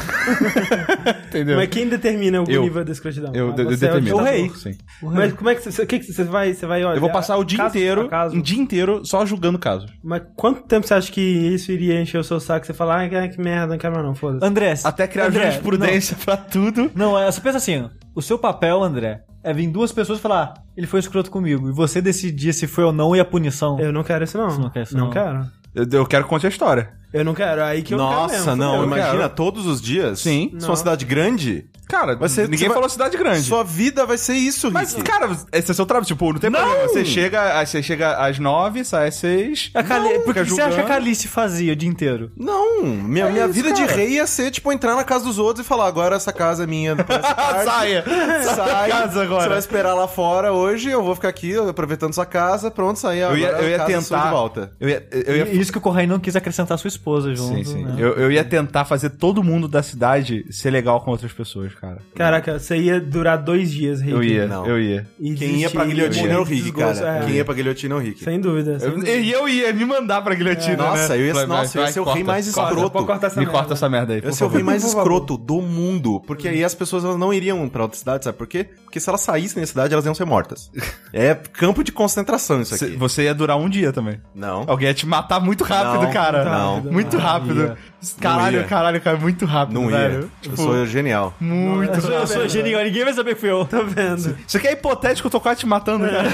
C: Entendeu?
B: Mas quem determina o
C: Eu.
B: nível da escrotidão?
C: Eu,
B: Ah,
C: de- de-
B: você é o
C: determino.
B: ditador.
D: rei.
C: Sim.
B: Mas como é que você, o que que você vai, você vai olhar?
C: Eu vou passar o dia
B: caso
C: inteiro,
B: por caso?
C: um dia inteiro, só julgando casos.
B: Mas quanto tempo você acha que isso iria encher o seu saco? Você falar, ai, que merda, não quero mais não, foda-se.
D: André,
C: Até
B: É,
C: criar
D: André,
C: jurisprudência pra tudo.
D: Não, não, é, você pensa assim, o seu papel, André, é vir duas pessoas e falar, "Ah, ele foi escroto comigo, e você decidir se foi ou não e a punição.
B: Eu não quero isso não.
D: Você não quer isso,
B: não,
D: não?
B: quero.
C: Eu, eu quero contar a história.
B: Eu não quero, aí que eu
A: Nossa,
B: quero mesmo,
A: não,
B: fudeu.
A: imagina
C: quero.
A: todos os dias.
C: Sim.
A: Se uma cidade grande,
C: Cara,
A: Mas você-
C: ninguém
A: você vai-
C: falou cidade grande.
A: sua vida vai ser isso, Rick.
C: Mas, cara, esse é seu trabalho. Tipo, não tem problema. Você chega, aí você chega às nove, sai às seis.
D: É A Cali...
C: Não,
D: Porque
C: fica
D: você acha que a
C: julgando.
D: Calice fazia o dia inteiro?
A: Não, minha, minha vida de rei ia ser, tipo, entrar na casa dos outros e falar, agora essa casa é minha. por essa parte."
C: Ah, Saia!
A: Sai,
C: casa agora.
A: Você vai esperar lá fora hoje, eu vou ficar aqui aproveitando sua casa, pronto, sair
C: Eu ia,
A: agora
C: eu
A: a
C: ia
A: casa é sua
C: tentar.
A: de volta.
C: Eu ia. Eu ia...
D: E Isso que o Correio não quis acrescentar a sua esposa junto.
C: Sim, sim.
D: né?
C: Eu, eu ia tentar fazer todo mundo da cidade ser legal com outras pessoas, cara.
B: Caraca, você ia durar dois dias, Rick.
C: Eu ia,
A: Não.
C: eu ia.
B: E
A: Quem ia
B: desistir,
A: pra guilhotina era o
B: muito
A: Rick,
B: desgosto,
A: cara.
B: é.
A: Quem ia pra guilhotina é o Rick.
B: Sem dúvida. sem
C: Eu,
B: dúvida.
C: e eu ia me mandar pra guilhotina,
A: É. Nossa,
C: né?
A: eu ia-
C: Falei,
A: nossa, eu ia ser o rei mais escroto.
B: Pode cortar essa
C: me
B: merda.
C: corta essa merda aí,
A: Eu ia
C: por
A: ser o
C: favor.
A: rei mais
B: Por favor.
A: escroto do mundo. Porque aí as pessoas elas não iriam pra outra cidade, sabe por quê? Porque se elas saíssem da cidade, elas iam ser mortas. É campo de concentração isso
C: Você-
A: aqui.
C: Você ia durar um dia também.
A: Não.
C: Alguém ia te matar muito rápido,
A: Não,
C: cara.
A: não.
C: Muito
D: Não
C: rápido.
D: ia.
C: Caralho,
A: ia.
C: caralho, cara, muito rápido,
A: Não
C: velho.
A: ia.
C: Tipo,
A: Eu sou genial.
C: muito
B: Não, eu sou-
C: rápido.
D: Eu sou genial, ninguém vai saber que fui eu.
B: Tá vendo?
C: Isso aqui é hipotético, eu tô quase te matando, cara.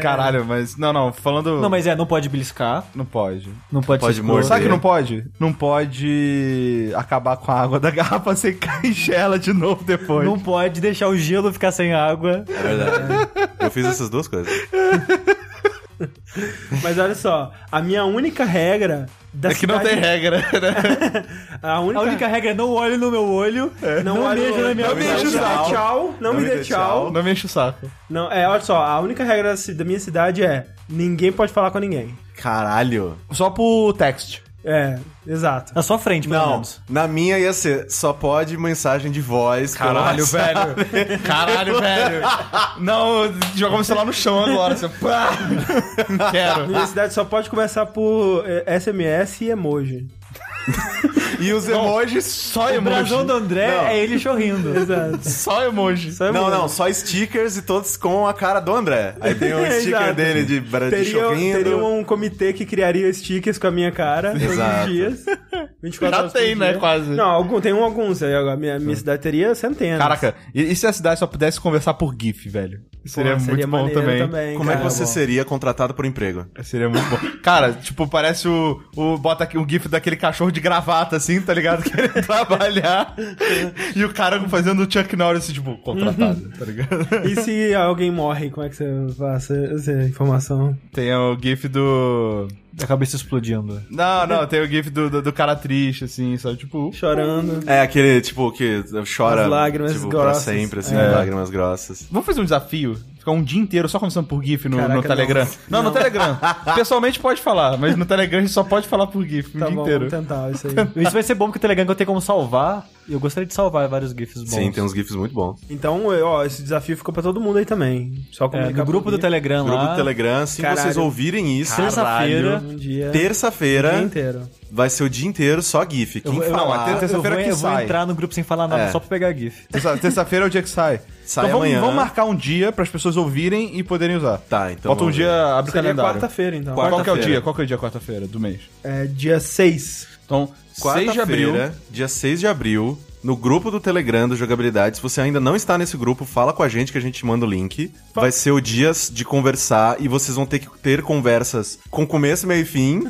C: Caralho, mas. Não, não, falando.
D: Não, mas é, não pode beliscar,
C: Não pode.
D: não pode,
A: Pode
D: ser
A: morder.
D: escroto.
C: Sabe que não pode? Não pode acabar com a água da garrafa sem cair em gela de novo depois. É
D: Não pode deixar o gelo ficar sem água.
A: É verdade. Eu fiz essas duas coisas.
B: Mas olha só, a minha única regra da
C: é que não
B: cidade-
C: tem regra, né?
B: A única,
D: A única regra é não olhe no meu olho, não,
B: olha-
D: beija na minha
B: não me
D: boca.
B: dê
A: tchau.
B: tchau, não me dê tchau.
C: Não me enche o saco.
B: Não, é, olha só, a única regra da ci- da minha cidade é Ninguém pode falar com ninguém.
A: Caralho.
C: Só pro text.
B: É, exato.
D: Na sua frente, pelo
A: Não,
D: menos.
A: na minha ia ser só pode mensagem de voz. pelo
C: Caralho,
A: WhatsApp.
C: velho. Caralho, velho. Não, jogou meu celular no chão agora. Assim, pá. Quero.
B: Universidade só pode começar por eh, SMS e emoji.
A: E os emojis.
C: Só
D: O brasão
C: emoji.
D: do André
A: Não.
D: é ele chorrindo.
B: Exato.
C: Só emoji.
B: Só emoji.
A: Não, não, só stickers e todos com a cara do André. Aí tem o sticker
B: Exato.
A: dele de, bra- de
B: Teria,
A: chovendo.
B: teria um comitê que criaria stickers com a minha cara todos os
A: Exato.
B: dias. 24
C: Já
B: horas por
C: tem, né,
B: dia.
C: quase.
B: Não, algum, tem um, alguns. aí, A minha, minha cidade teria centenas.
C: Caraca, e, e se a cidade só pudesse conversar por GIF, velho? Seria
B: Pô,
C: muito bom
B: maneiro
C: também.
A: Como é que
B: cara.
A: você seria contratado por um emprego?
C: Seria muito bom. Cara, tipo, parece o, o. Bota aqui um GIF daquele cachorro de gravata, assim, tá ligado? Querendo trabalhar. e o cara fazendo o Chuck Norris, assim, tipo, contratado, tá ligado?
B: E se alguém morre, como é que você passa essa informação?
C: Tem o GIF do.
D: A cabeça explodindo.
C: Não, não, tem o GIF do, do, do cara triste, assim, sabe? Tipo.
B: Chorando.
A: É aquele, tipo, que chora
B: As lágrimas
A: tipo,
B: grossas.
A: pra sempre, assim,
C: É.
A: lágrimas grossas.
C: Vamos fazer um desafio? Ficar um dia inteiro só conversando por GIF no,
B: Caraca,
C: no Telegram.
B: não.
C: Não, no Telegram. Pessoalmente pode falar, mas no Telegram a gente só pode falar por GIF o
B: Tá
C: dia
B: bom,
C: inteiro.
B: vamos tentar isso aí.
D: Isso vai ser bom porque o Telegram que eu tenho como salvar. E eu gostaria de salvar vários GIFs bons.
A: Sim, tem uns GIFs muito bons.
B: Então, eu- ó, esse desafio ficou pra todo mundo aí também. Só
D: É,
B: comunicar
D: no grupo
B: por
D: do
B: dia.
D: Telegram
A: Grupo
D: lá.
A: do Telegram, se
B: Caralho.
A: vocês ouvirem isso,
D: Terça-feira.
A: caralho,
B: Um dia. o dia
A: Terça-feira
B: inteiro.
A: vai ser o dia inteiro só GIF. Quem
D: Eu, eu,
A: falar,
C: não, até
D: eu, vou,
C: terça-feira que
D: eu vou
C: sai.
D: entrar no grupo sem falar nada,
A: É.
D: só pra pegar GIF.
C: Terça- Terça-feira é o dia que sai.
A: Sai
C: então vamos,
A: amanhã.
C: vamos marcar um dia para as pessoas ouvirem e poderem usar.
A: Tá, então
C: Bota um
A: vamos
C: dia, abre o
B: Seria
C: calendário.
B: quarta-feira, então.
C: Qual que é o
A: Quarta-feira.
C: dia? Qual que é o dia quarta-feira do mês?
B: É dia 6.
C: Então, 6 de abril.
A: Quarta-feira, dia 6 de abril, no grupo do Telegram do Jogabilidade. Se você ainda não está nesse grupo, fala com a gente que a gente manda o link. Vai ser o dia de conversar e vocês vão ter que ter conversas com começo, meio e fim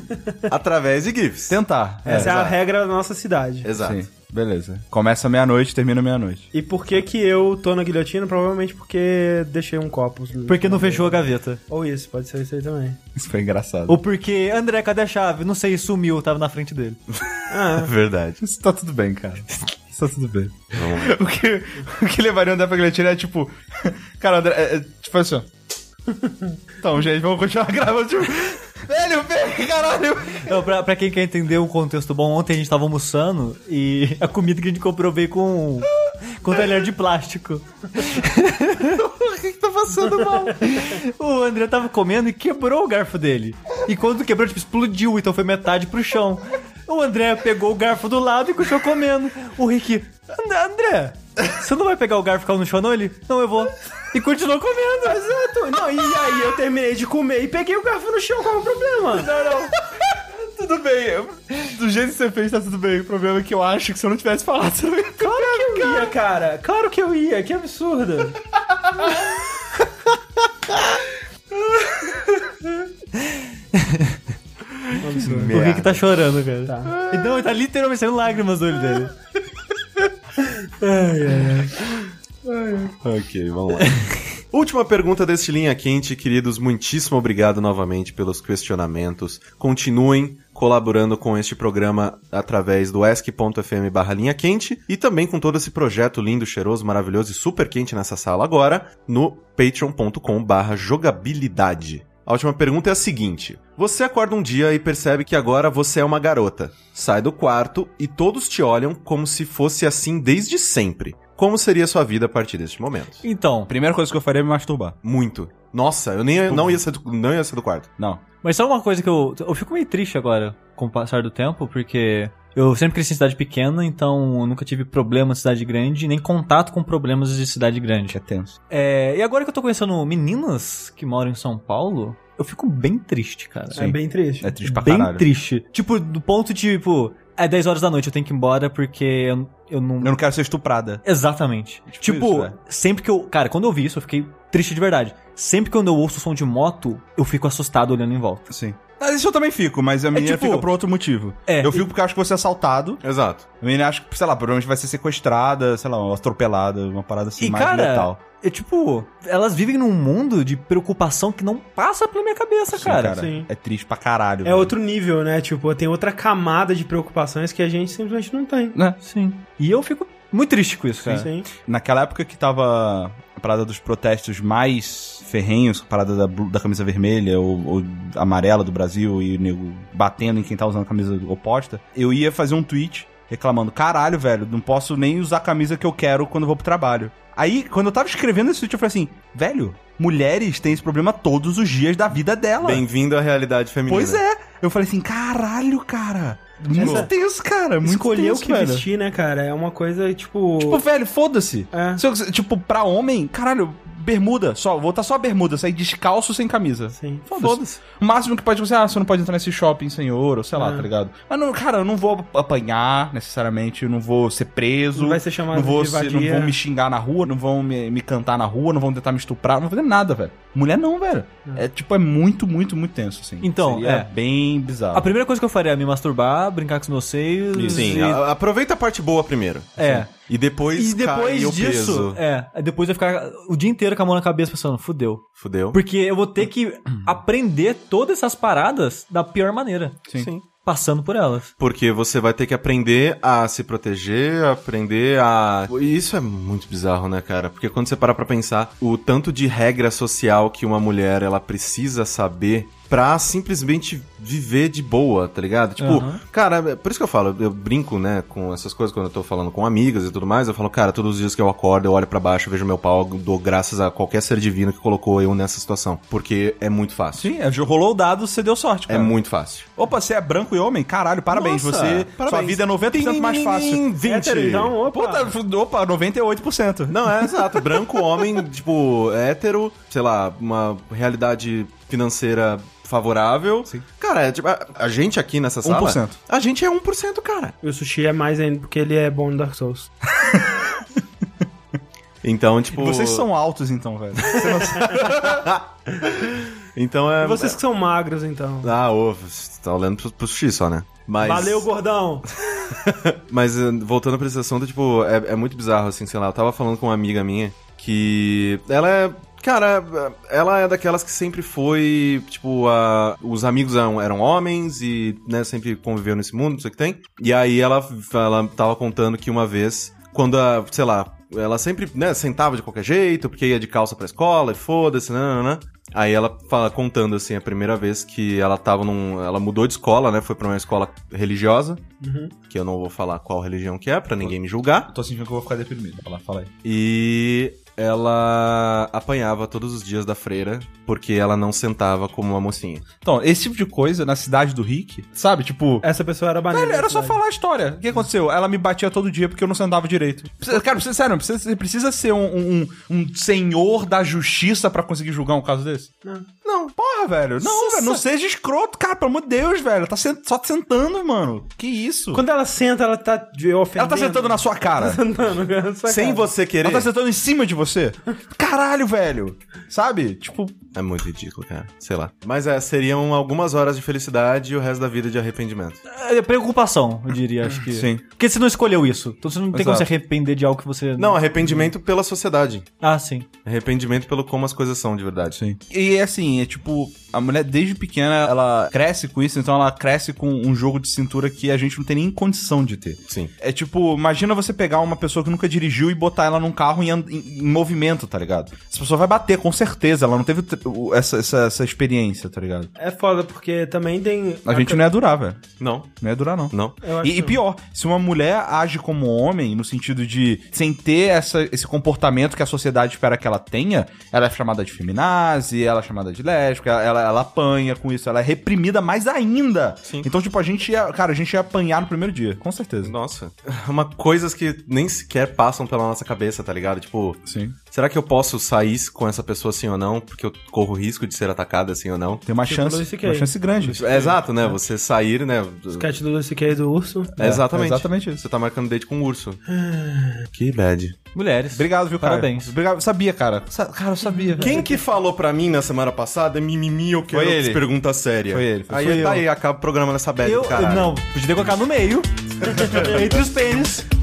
A: através de GIFs.
C: Tentar.
B: Essa é, a
A: exato.
B: regra da nossa cidade.
A: Exato.
C: um Sim, beleza. Começa meia-noite, termina meia-noite.
B: E por que que eu tô na guilhotina? Provavelmente porque deixei um copo.
D: Porque não fechou a gaveta.
B: Ou isso, pode ser isso aí também.
C: Isso foi engraçado.
D: Ou porque, André, cadê a chave? Não sei, sumiu, tava na frente dele.
B: Ah,
A: Verdade.
C: Isso tá tudo bem, cara. Isso tá tudo bem. O que, o que levaria o André pra guilhotina é tipo. Cara, André, é, é, tipo assim, ó. Então, gente, vamos continuar gravando. Tipo, velho, velho, caralho.
D: Não, pra, pra quem quer entender um contexto bom, ontem a gente tava almoçando e a comida que a gente comprou veio com, um, com talher de plástico.
C: O que, que tá passando mal?
D: O André tava comendo e quebrou o garfo dele. E quando quebrou, tipo, explodiu, então foi metade pro chão. O André pegou o garfo do lado e continuou comendo. O Rick, "And- André, você não vai pegar o garfo e ficar no chão, não? Ele, não, eu vou. E continuou comendo.
B: exato. Não, e aí eu terminei de comer e peguei o garfo no chão, qual é o problema?
C: Tudo bem. eu- Do jeito que você fez, tá tudo bem. O problema é que eu acho que se eu não tivesse falado, você não ia
B: Claro que eu ia, cara. Claro que eu ia, que absurdo.
A: É.
D: O Rick tá chorando, cara.
B: Tá.
D: E não, ele tá literalmente saindo lágrimas do olho dele.
A: Ok, vamos lá. Última pergunta deste Linha Quente, queridos. Muitíssimo obrigado novamente pelos questionamentos. Continuem colaborando com este programa através do ask.fm barra linha quente e também com todo esse projeto lindo, cheiroso, maravilhoso e super quente nessa sala agora no patreon.com barra jogabilidade. A última pergunta é a seguinte: Você acorda um dia e percebe que agora você é uma garota. Sai do quarto e todos te olham como se fosse assim desde sempre. Como seria sua vida a partir deste momento?
D: Então,
C: Primeira coisa que eu faria é me masturbar.
A: Muito. Nossa, eu nem não ia, sair do, não ia sair do quarto.
C: Não.
D: mas só uma coisa que eu. Eu fico meio triste agora com o passar do tempo, porque eu sempre cresci em cidade pequena, então eu nunca tive problema em cidade grande, nem contato com problemas de cidade grande.
C: É tenso.
D: É, e agora que eu tô conhecendo meninas que moram em São Paulo, eu fico bem triste, cara.
B: É
C: Sim.
B: bem triste.
C: É triste pra
D: bem
C: caralho.
D: triste. Tipo, do ponto de, tipo, é 10 horas da noite, eu tenho que ir embora porque eu, eu não.
C: Eu não quero ser estuprada.
D: Exatamente.
C: Tipo
D: Tipo,
C: isso, né?
D: sempre que eu. Cara, quando eu vi isso, eu fiquei triste de verdade. Sempre que eu ouço o som de moto, eu fico assustado olhando em volta.
C: Sim. Mas Ah, isso eu também fico, mas a menina
D: tipo-
C: fica por outro motivo.
D: É.
C: eu fico porque eu acho que você é assaltado.
A: Exato.
C: A menina acha que, sei lá, provavelmente vai ser sequestrada, sei lá, atropelada, uma parada assim
D: E,
C: mais
D: cara,
C: letal.
D: É tipo, elas vivem num mundo de preocupação que não passa pela minha cabeça,
C: Sim,
D: cara.
B: sim.
C: É triste pra caralho.
B: É
C: velho.
B: outro nível, né? Tipo, tem outra camada de preocupações que a gente
C: Né?
B: simplesmente não tem.
C: É.
D: Sim. E eu fico muito triste com isso, cara.
B: Sim.
C: Naquela época que tava a parada dos protestos mais ferrenhos, a parada da, blu- da camisa vermelha ou, ou amarela do Brasil e o nego batendo em quem tá usando a camisa oposta, eu ia fazer um tweet reclamando, caralho, velho, não posso nem usar a camisa que eu quero quando eu vou pro trabalho. Aí, quando eu tava escrevendo esse tweet, eu falei assim, velho, mulheres têm esse problema todos os dias da vida dela.
A: Bem-vindo à realidade feminina.
C: Pois é. Eu falei assim, caralho, cara. Muito
B: Essa-
C: tenso, cara. Muito
B: Escolher
C: tenso,
B: o que
C: velho.
B: vestir, né, cara? É uma coisa, tipo...
C: Tipo, velho, foda-se.
B: É.
C: Se eu- Tipo, pra homem, caralho, bermuda. Só, vou estar só bermuda, sair descalço sem camisa.
B: Sim.
C: Foda-se. O máximo que pode, tipo, assim, ah, você não pode entrar nesse shopping, senhor, ou sei lá,
B: É.
C: tá ligado? Mas, não, cara, eu não vou apanhar, necessariamente, eu não vou ser preso.
B: Não vai ser chamado
C: não vou
B: de
C: ser-
B: vadia.
C: Não vão me xingar na rua, não vão me, me cantar na rua, não vão tentar me estuprar, não vão fazer nada, velho. Mulher não, velho. É, tipo, é muito, muito, muito tenso, assim.
D: Então,
C: Seria
D: é.
C: bem bizarro.
D: A primeira coisa que eu faria é me masturbar, brincar com os meus seios.
A: Sim,
D: e-
A: a- aproveita a parte boa primeiro.
D: É.
A: E depois,
D: E depois
A: cai o
D: disso,
A: peso.
D: é, depois eu ficar o dia inteiro com a mão na cabeça pensando, fudeu.
A: Fudeu.
D: Porque eu vou ter que aprender todas essas paradas da pior maneira.
A: Sim.
D: Passando por elas.
A: Porque você vai ter que aprender a se proteger, aprender a. E Isso é muito bizarro, né, cara? Porque quando você para pra pensar, o tanto de regra social que uma mulher ela precisa saber pra simplesmente viver de boa, tá ligado? Tipo,
D: Aham.
A: cara, é por isso que eu falo, eu brinco, né, com essas coisas quando eu tô falando com amigas e tudo mais, eu falo, cara, todos os dias que eu acordo, eu olho pra baixo, eu vejo meu pau, eu dou graças a qualquer ser divino que colocou eu nessa situação, porque é muito fácil.
C: Sim, é, rolou o dado, você deu sorte,
A: É
C: cara.
A: muito fácil.
C: Opa, você é branco e homem? Caralho, parabéns.
A: Nossa,
C: você. Sua
A: parabéns.
C: vida é 90% mais fácil.
A: 20.
B: Hétero, então, opa.
C: Puta, f- opa, 98%.
A: Não, é exato. Branco, homem, tipo, hétero, sei lá, uma realidade financeira favorável. Cara, é, tipo, a, a gente aqui nessa sala.
C: 1%.
A: A gente é 1%, cara.
B: E o sushi é mais ainda, porque ele é bom no Dark Souls.
A: Então, tipo.
C: Vocês são altos, então, velho. Você não sabe.
A: Então é.
B: E vocês que são magros, então.
A: Ah, ô, você tá olhando pro, pro sushi só, né? Mas,
B: Valeu, gordão!
A: Mas eh, voltando pra esse assunto, tipo, é, é muito bizarro, assim, sei lá. Eu tava falando com uma amiga minha que. Ela é. Cara, ela é daquelas que sempre foi, tipo, a, os amigos eram, eram homens e, né, sempre conviveu nesse mundo, não sei o que tem. E aí ela, ela tava contando que uma vez, quando a, sei lá, ela sempre, né, sentava de qualquer jeito, porque ia de calça pra escola e foda-se, né? Aí ela fala, contando, assim, a primeira vez que ela tava num... Ela mudou de escola, né? Foi pra uma escola religiosa, que eu não vou falar qual religião que é, pra ninguém me julgar.
C: Tô sentindo que eu vou ficar deprimido. Fala, fala aí.
A: E ela apanhava todos os dias da freira, porque ela não sentava como uma mocinha.
C: Então, esse tipo de coisa na cidade do Rick, sabe? Tipo.
B: Essa pessoa era banana.
C: Velho, era só
B: sabe?
C: falar a história. O que aconteceu? Ela me batia todo dia porque eu não sentava direito. Precisa- Cara, precisa- sério, precisa- você precisa ser um, um- um senhor da justiça pra conseguir julgar um caso desse?
B: Não.
C: Não, porra, velho. Não, velho, não seja escroto, cara, pelo amor de Deus, velho. Tá sen- só sentando, mano. Que isso?
B: Quando ela senta, ela tá de- ofendendo.
C: Ela tá sentando na sua cara.
B: Sentando, cara, na sua
A: Sem
B: cara.
A: você querer.
C: Ela tá sentando em cima de você. Caralho, velho. Sabe? Tipo,
A: É muito ridículo, cara. Sei lá. Mas é, seriam algumas horas de felicidade e o resto da vida de arrependimento.
D: É preocupação, eu diria, acho que.
C: Sim.
D: Porque você não escolheu isso. Então você não tem como se
A: Exato.
D: arrepender de algo que você.
A: Não, arrependimento pela sociedade.
D: Ah, sim.
A: Arrependimento pelo como as coisas são de verdade. Sim.
C: E assim, é tipo, a mulher desde pequena ela cresce com isso, então ela cresce com um jogo de cintura que a gente não tem nem condição de ter.
A: Sim.
C: É tipo, imagina você pegar uma pessoa que nunca dirigiu e botar ela num carro em, and- em- em movimento, tá ligado? Essa pessoa vai bater, com certeza. Ela não teve t- o- essa, essa, essa experiência, tá ligado?
B: É foda, porque também tem...
C: A gente não ia durar, velho.
A: Não,
C: Não ia durar, não.
A: não.
B: Eu acho
C: E, e pior, se uma mulher age como um homem, no sentido de sem ter essa- esse comportamento que a sociedade espera que ela tenha, ela é chamada de feminazi, ela é chamada de lésbica, ela, ela, ela apanha com isso, ela é reprimida mais ainda.
A: Sim.
C: Então, tipo, a gente ia, cara, a gente ia apanhar no primeiro dia, com certeza.
A: Nossa. Uma coisas que nem sequer passam pela nossa cabeça, tá ligado? Tipo,
C: Sim.
A: será que eu posso sair com essa pessoa assim ou não? Porque eu corro risco de ser atacada assim ou não?
C: Tem uma
B: Tipo Louis
C: chance,
B: C.K.
C: uma chance grande.
A: É exato, né? Você sair, né? do-
B: Sketch do Lucy Kay do urso.
A: É, exatamente.
C: É exatamente isso.
A: Você tá marcando date com um urso. que bad.
D: Mulheres.
C: Obrigado, viu, cara?
D: Parabéns.
C: Obrigado. Sabia, cara. Sa- cara, eu sabia.
A: Quem que falou pra mim na semana passada, mimimi, eu quero
C: Foi ele.
A: pergunta séria?
C: Foi ele, foi-
A: aí,
C: foi
A: tá
C: eu.
A: aí, acaba o programa nessa bad,
D: Eu,
A: cara.
D: não, podia ter colocado no meio. entre os pênis.